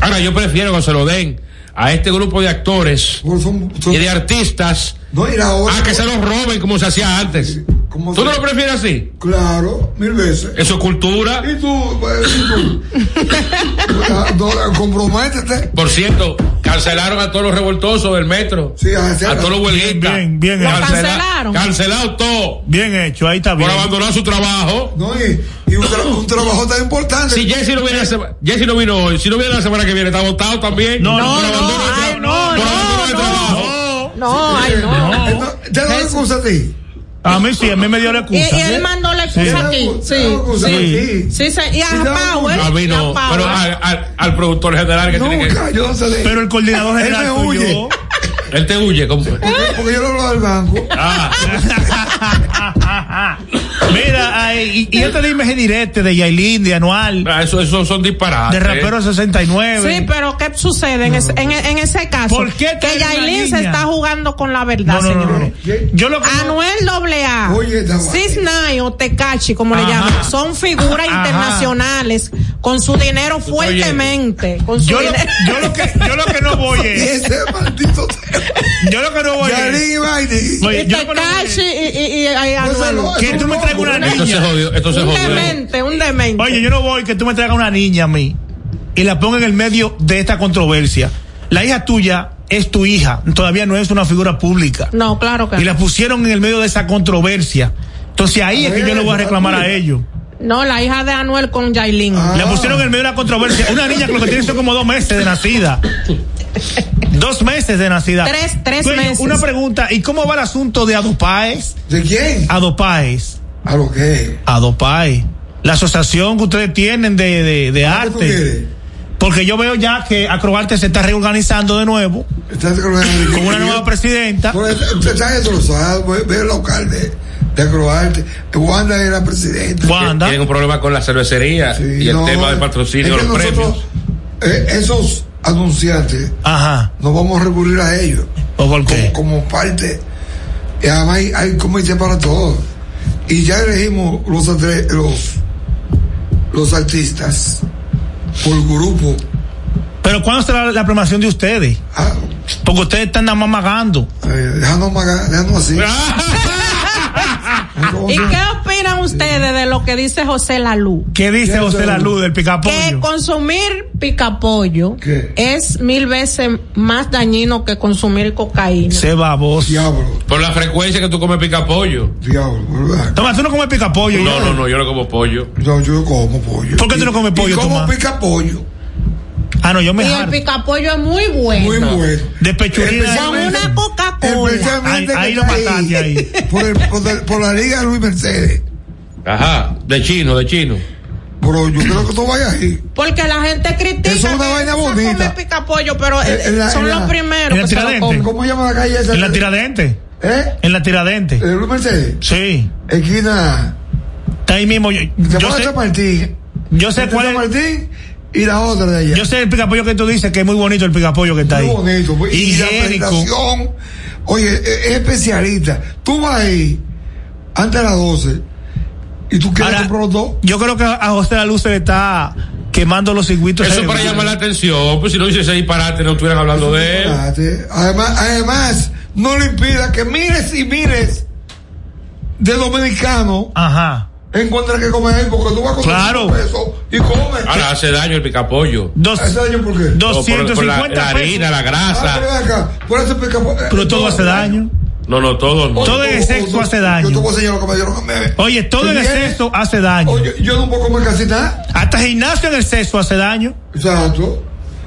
Speaker 4: Ahora, yo prefiero que se lo den a este grupo de actores
Speaker 5: Pues
Speaker 4: y de artistas
Speaker 5: y la otra-
Speaker 4: a que se los roben como se hacía antes. ¿Tú no lo prefieres así?
Speaker 5: Claro, mil veces.
Speaker 4: Eso es cultura.
Speaker 5: Y tú, pues, y tú. Ah, no, comprométete.
Speaker 4: Por cierto, cancelaron a todos los revoltosos del metro. a todos los huelguistas.
Speaker 3: Bien, bien eh.
Speaker 4: Cancela-
Speaker 3: hecho.
Speaker 4: Cancelado todo.
Speaker 3: Bien hecho, ahí está
Speaker 4: Por
Speaker 3: bien.
Speaker 4: abandonar su trabajo.
Speaker 5: No, y, y un, tra- un trabajo tan importante.
Speaker 4: Si Jesse no, viene la sema- Jesse no vino hoy, si no viene la semana que viene, está votado también.
Speaker 3: No, no,
Speaker 4: Por abandono de tra- por abandono de trabajo.
Speaker 6: No, ay, no.
Speaker 5: ¿Te lo excusa a ti?
Speaker 3: A mí sí, a mí me dio la
Speaker 6: Y,
Speaker 3: excusa.
Speaker 6: y él mandó la excusa
Speaker 3: Sí.
Speaker 6: aquí. Sí,
Speaker 3: excusa
Speaker 6: sí.
Speaker 3: aquí.
Speaker 6: Sí, se- y a Power.
Speaker 4: A mí no,
Speaker 6: y a
Speaker 4: pero
Speaker 6: Power.
Speaker 4: al, al- al productor general que tiene que.
Speaker 3: Pero el coordinador
Speaker 4: Él
Speaker 3: general
Speaker 4: me
Speaker 3: soy
Speaker 4: huye.
Speaker 3: yo.
Speaker 4: Él te huye. como-
Speaker 5: Porque yo no hablo del banco.
Speaker 3: Ah, Mira, ay, y, y este dime es directo de Yailin, de Anual.
Speaker 4: Ah, Eso, eso son disparates.
Speaker 3: De Rapero 69.
Speaker 6: Sí, pero ¿qué sucede en, ese, en, e, en ese caso?
Speaker 3: ¿Por qué trae
Speaker 6: que
Speaker 3: una
Speaker 6: Yailin se
Speaker 3: niña?
Speaker 6: está jugando con la verdad,
Speaker 3: No, no, no,
Speaker 6: señores.
Speaker 3: Yo lo
Speaker 6: Anuel AA,
Speaker 3: Oye, esta vaina.
Speaker 6: Sis Nine o Tecachi, como le
Speaker 3: Ajá.
Speaker 6: llaman, son figuras
Speaker 3: Ajá.
Speaker 6: internacionales con su dinero fuertemente. Con su
Speaker 3: Yo lo-
Speaker 6: dinero.
Speaker 3: yo lo que- yo lo que no voy es-
Speaker 5: Y ese maldito
Speaker 3: Yo lo que no voy
Speaker 5: Yailin y Bailey.
Speaker 6: Y Tecachi y, y, y- y
Speaker 3: Pues
Speaker 6: Anuel.
Speaker 3: Que tú me traigas una niña.
Speaker 4: Esto se jodió, esto se
Speaker 6: un
Speaker 4: jodió.
Speaker 6: demente, un demente.
Speaker 3: Oye, yo no voy que tú me traigas una niña a mí. y la ponga en el medio de esta controversia. La hija tuya es tu hija, todavía no es una figura pública.
Speaker 6: No, claro que
Speaker 3: Y la pusieron en el medio de esa controversia. Entonces ahí es que yo le voy a reclamar a ellos.
Speaker 6: No, la hija de Anuel con Yailin.
Speaker 5: Ah.
Speaker 3: La pusieron en medio de una controversia. Una niña que lo que tiene son como dos meses de nacida. Dos meses de nacida.
Speaker 6: Tres- tres
Speaker 3: Dueño,
Speaker 6: meses.
Speaker 3: Una pregunta, ¿y cómo va el asunto de Adopaes?
Speaker 5: ¿De quién?
Speaker 3: Adopaes.
Speaker 5: ¿A lo qué?
Speaker 3: Adopaes. La asociación que ustedes tienen de, de, de
Speaker 5: tú
Speaker 3: arte.
Speaker 5: quieres?
Speaker 3: Porque yo veo ya que Acroarte se está reorganizando de nuevo. Con una nueva presidenta.
Speaker 5: Usted está destrozado, ve- ve el alcalde de Acroarte. Wanda era presidenta.
Speaker 4: Tienen un problema con la cervecería y el
Speaker 5: no,
Speaker 4: tema del patrocinio
Speaker 5: es
Speaker 4: de
Speaker 5: que
Speaker 4: los premios.
Speaker 5: nosotros, eh, esos anunciantes,
Speaker 3: Ajá.
Speaker 5: nos vamos a recurrir a ellos. Como, como parte. Y además hay, hay comité para todos. Y ya elegimos los, atre- los, los artistas por grupo. Ah.
Speaker 3: Pero ¿cuándo será la programación de ustedes? Porque ustedes están nada más magando.
Speaker 5: Eh,
Speaker 3: Ah.
Speaker 5: Déjanos magar, déjanos así.
Speaker 6: ¿Y qué opinan ustedes de lo que dice José Lalu?
Speaker 3: ¿Qué dice José la luz del picapollo?
Speaker 6: Que consumir picapollo
Speaker 3: ¿Qué?
Speaker 6: es mil veces más dañino que consumir cocaína.
Speaker 3: Se babos.
Speaker 5: Diablo.
Speaker 4: Por la frecuencia que tú comes pica pollo.
Speaker 5: Diablo, ¿verdad?
Speaker 3: Toma, tú no comes pica pollo.
Speaker 4: No, no, no, yo no como pollo.
Speaker 5: No, yo como pollo.
Speaker 3: ¿Por qué tú no comes pollo,
Speaker 5: ¿Cómo
Speaker 3: Tomás?
Speaker 5: pica pollo?
Speaker 3: Ah, no, yo
Speaker 6: Y
Speaker 3: me
Speaker 6: el
Speaker 3: jarto.
Speaker 6: picapollo es muy bueno.
Speaker 5: Muy bueno.
Speaker 3: De pechurina.
Speaker 6: Con una Coca-Cola.
Speaker 5: Especialmente
Speaker 3: Ahí- ahí
Speaker 5: que
Speaker 3: lo
Speaker 5: está
Speaker 3: mataste ahí.
Speaker 5: Por, el- por el- por la Liga Luis Mercedes.
Speaker 4: Ajá, de chino, de chino.
Speaker 5: Pero yo creo que tú vayas ahí.
Speaker 6: Porque la gente critica.
Speaker 5: Eso es una
Speaker 6: que
Speaker 5: vaina
Speaker 6: se come
Speaker 5: bonita.
Speaker 6: picapollo, pero eh,
Speaker 5: En la-
Speaker 6: son
Speaker 5: en la-
Speaker 6: los primeros
Speaker 3: ¿En la
Speaker 6: que se lo
Speaker 3: tiradente?
Speaker 6: comen.
Speaker 5: ¿Cómo llama la calle esa?
Speaker 3: ¿En la tiradente?
Speaker 5: ¿Eh?
Speaker 3: ¿En la tiradente?
Speaker 5: ¿El Luis Mercedes?
Speaker 3: Sí.
Speaker 5: Esquina.
Speaker 3: Está ahí mismo. Yo,
Speaker 5: Se
Speaker 3: yo
Speaker 5: pone
Speaker 3: sé,
Speaker 5: San Martín.
Speaker 3: yo sé
Speaker 5: Este
Speaker 3: cuál
Speaker 5: San
Speaker 3: es.
Speaker 5: Martín y la otra de allá.
Speaker 3: Yo sé el picapollo que tú dices, que es muy bonito el picapollo que está ahí.
Speaker 5: Muy bonito. pues, Y la
Speaker 3: Higiénico.
Speaker 5: presentación, oye, e-, es es especialista. Tú vas ahí antes de las 12 y tú quieres
Speaker 3: Ahora,
Speaker 5: comprar los dos.
Speaker 3: Yo creo que a José la Luz se le está quemando los circuitos. eh,
Speaker 4: Eso para
Speaker 3: cerebrales.
Speaker 4: llamar la atención, pues si no dices ese disparate no estuvieran hablando de él.
Speaker 5: Espérate. Además, además, no le impida que mires y mires de dominicanos
Speaker 3: Ajá.
Speaker 5: encuentra que comer ahí porque tú vas a costar
Speaker 4: Claro.
Speaker 5: cinco pesos y comes.
Speaker 4: Ahora hace daño el picapollo.
Speaker 3: Dos,
Speaker 5: ¿Ese daño por qué?
Speaker 4: por- por la- la harina, la grasa.
Speaker 5: Ah, pero ven acá, por eso pica- eh,
Speaker 3: Pero todo este hace daño.
Speaker 4: No, no, todo no.
Speaker 3: Todo en exceso hace daño.
Speaker 5: Yo te voy a enseñar lo que me dieron a mí.
Speaker 3: Oye, todo en
Speaker 5: ¿Tú vienes?
Speaker 3: exceso hace daño.
Speaker 5: Oye, yo no puedo comer casi nada.
Speaker 3: Hasta gimnasio en exceso hace daño.
Speaker 5: Exacto.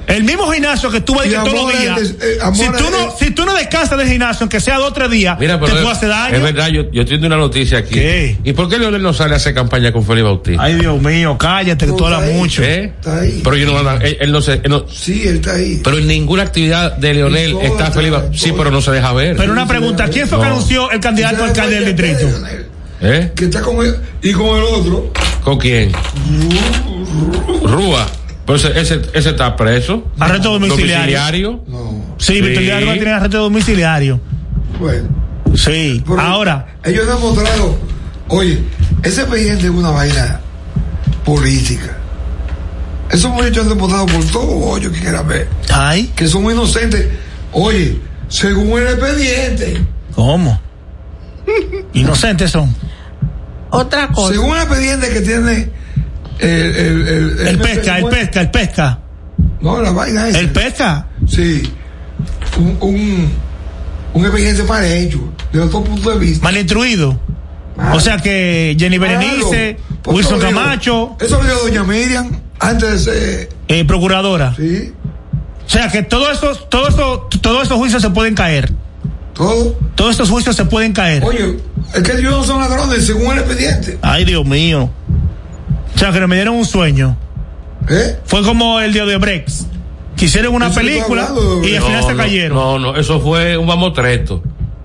Speaker 3: El mismo gimnasio que tú vas a
Speaker 5: Y
Speaker 3: ir todos los
Speaker 5: amores,
Speaker 3: días.
Speaker 5: eh, amores,
Speaker 3: si, tú no,
Speaker 5: eh.
Speaker 3: si tú no descansas del gimnasio, aunque sea dos o tres días,
Speaker 4: Mira,
Speaker 3: te
Speaker 4: pero
Speaker 3: puede
Speaker 4: es,
Speaker 3: hacer daño.
Speaker 4: es verdad, yo, yo entiendo una noticia aquí.
Speaker 3: ¿Qué?
Speaker 4: ¿Y por qué Leonel no sale a hacer campaña con Félix Bautista?
Speaker 3: Ay, Dios mío, cállate, que tú hablas mucho.
Speaker 4: ¿Eh?
Speaker 5: Ah, Está ahí.
Speaker 4: Pero yo no van a- él, él no se, él no-
Speaker 5: Sí, él está ahí.
Speaker 4: pero en ninguna actividad de Leonel
Speaker 5: Todo
Speaker 4: está
Speaker 5: está-
Speaker 4: Félix Bautista. Sí, pero no se deja ver.
Speaker 3: Pero una pregunta, ¿quién fue que
Speaker 4: No.
Speaker 3: anunció el candidato
Speaker 5: Esa
Speaker 3: a
Speaker 5: es la
Speaker 3: alcalde del
Speaker 5: vaina
Speaker 3: distrito?
Speaker 5: de Leonel,
Speaker 4: ¿Eh?
Speaker 5: Que está con él y con el otro.
Speaker 4: ¿Con quién? Rúa. Pero ese, ese, ese está preso.
Speaker 3: Arresto domiciliario.
Speaker 4: Domiciliario.
Speaker 5: No.
Speaker 3: Sí,
Speaker 4: Sí.
Speaker 3: Victoria Alba tiene arresto domiciliario.
Speaker 5: Bueno.
Speaker 3: Sí.
Speaker 5: Pero
Speaker 3: Ahora,
Speaker 5: Ellos han mostrado, oye, ese presidente es una vaina política. Esos muchachos han demostrado por todo hoyo que quieran ver.
Speaker 3: ay,
Speaker 5: Que son inocentes. Oye, según el expediente,
Speaker 3: ¿cómo? Inocentes son.
Speaker 6: Otra cosa.
Speaker 5: según el expediente que tiene eh, el, el, el,
Speaker 3: El pesca, el pesca, el pesca.
Speaker 5: No, la vaina esa.
Speaker 3: El pesca.
Speaker 5: Sí. Un, un, un expediente mal hecho, desde otro punto de vista.
Speaker 3: Mal instruido. O sea que Jenny Berenice,
Speaker 5: Claro. Por
Speaker 3: Wilson
Speaker 5: eso digo,
Speaker 3: Camacho,
Speaker 5: Eso lo dijo doña Miriam antes de ser-
Speaker 3: eh, procuradora.
Speaker 5: Sí,
Speaker 3: O sea que todos esos, todos esos, todos esos juicios se pueden caer.
Speaker 5: todo.
Speaker 3: Todos estos juicios se pueden caer.
Speaker 5: Oye, es que ellos no son ladrones según el expediente.
Speaker 3: Ay, Dios mío. O sea que me dieron un sueño.
Speaker 5: ¿Eh?
Speaker 3: Fue como el día de Brex. Quisieron una
Speaker 5: Eso
Speaker 3: película
Speaker 5: está hablando,
Speaker 3: y al
Speaker 5: Obrex.
Speaker 3: final se
Speaker 4: no,
Speaker 3: cayeron.
Speaker 4: No, no, eso fue un mamotreto.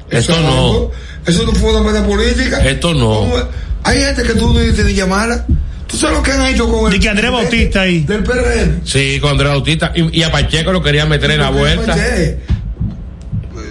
Speaker 4: Esto no.
Speaker 5: Eso no fue una meta política.
Speaker 4: Esto no.
Speaker 5: ¿Cómo es? Hay gente que tú no dices ni llamarla. ¿Tú sabes lo que han hecho con el.
Speaker 3: De que Andrés
Speaker 5: presidente
Speaker 3: Bautista ahí.
Speaker 5: Del PRM.
Speaker 4: Sí, con Andrés Bautista. Y, y a Pacheco lo querían meter en la vuelta.
Speaker 5: Che,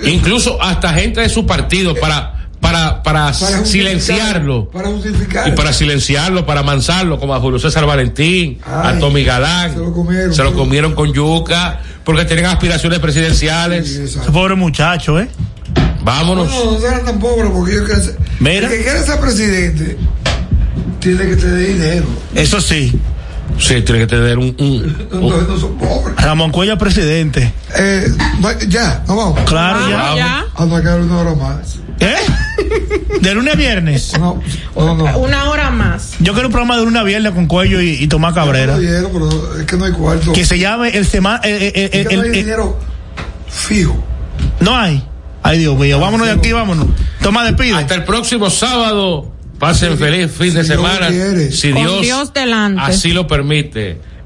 Speaker 4: Incluso hasta gente de su partido para, para, para,
Speaker 5: justificar-
Speaker 4: silenciarlo.
Speaker 5: Para justificar.
Speaker 4: Y para silenciarlo, para amansarlo, como a Julio César Valentín,
Speaker 5: Ay,
Speaker 4: a Tommy Galán.
Speaker 5: se lo comieron.
Speaker 4: Se lo comieron con yuca, porque tenían aspiraciones presidenciales.
Speaker 5: Sí, exacto.
Speaker 3: Ese Pobre muchacho, ¿eh?
Speaker 5: No,
Speaker 4: Vámonos.
Speaker 5: no, no eran tan pobres porque yo quiero ser.
Speaker 3: Mira.
Speaker 5: El que quiere ser presidente tiene que tener dinero.
Speaker 3: Eso sí.
Speaker 4: Sí, tiene que tener un. un- un-
Speaker 3: Ramón Cuello, presidente.
Speaker 5: Eh, va- ya, nos vamos.
Speaker 3: Claro, Ah, ya. ya.
Speaker 5: Hasta que una hora más.
Speaker 3: ¿Eh? ¿De lunes a viernes?
Speaker 5: No, no,
Speaker 6: Una hora más.
Speaker 3: Yo quiero un programa de lunes a viernes con Cuello y, y Tomás Cabrera.
Speaker 5: es que no hay cuarto.
Speaker 3: Que se llame el eh, semana.
Speaker 5: Es que no hay dinero fijo.
Speaker 3: No hay. Ay, Dios mío. Vámonos de aquí, vámonos. Toma despide.
Speaker 4: Hasta el próximo sábado. Pasen feliz fin de semana. Si
Speaker 6: Con
Speaker 4: Dios,
Speaker 6: Dios delante.
Speaker 4: así lo permite.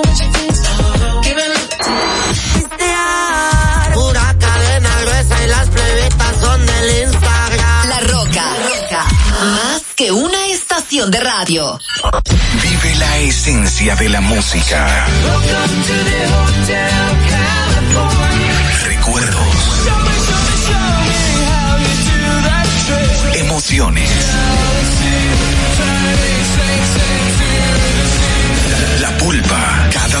Speaker 1: what she thinks. Oh, give it up.
Speaker 21: Pura cadena gruesa y las plebitas son del Instagram.
Speaker 14: La Roca. Roca. Más que una estación de radio.
Speaker 12: Vive la esencia de la música. Recuerdos. Emociones. La pulpa, cada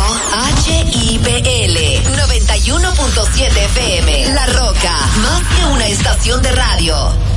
Speaker 14: HIPL 91.7 FM. La Roca. Más que una estación de radio.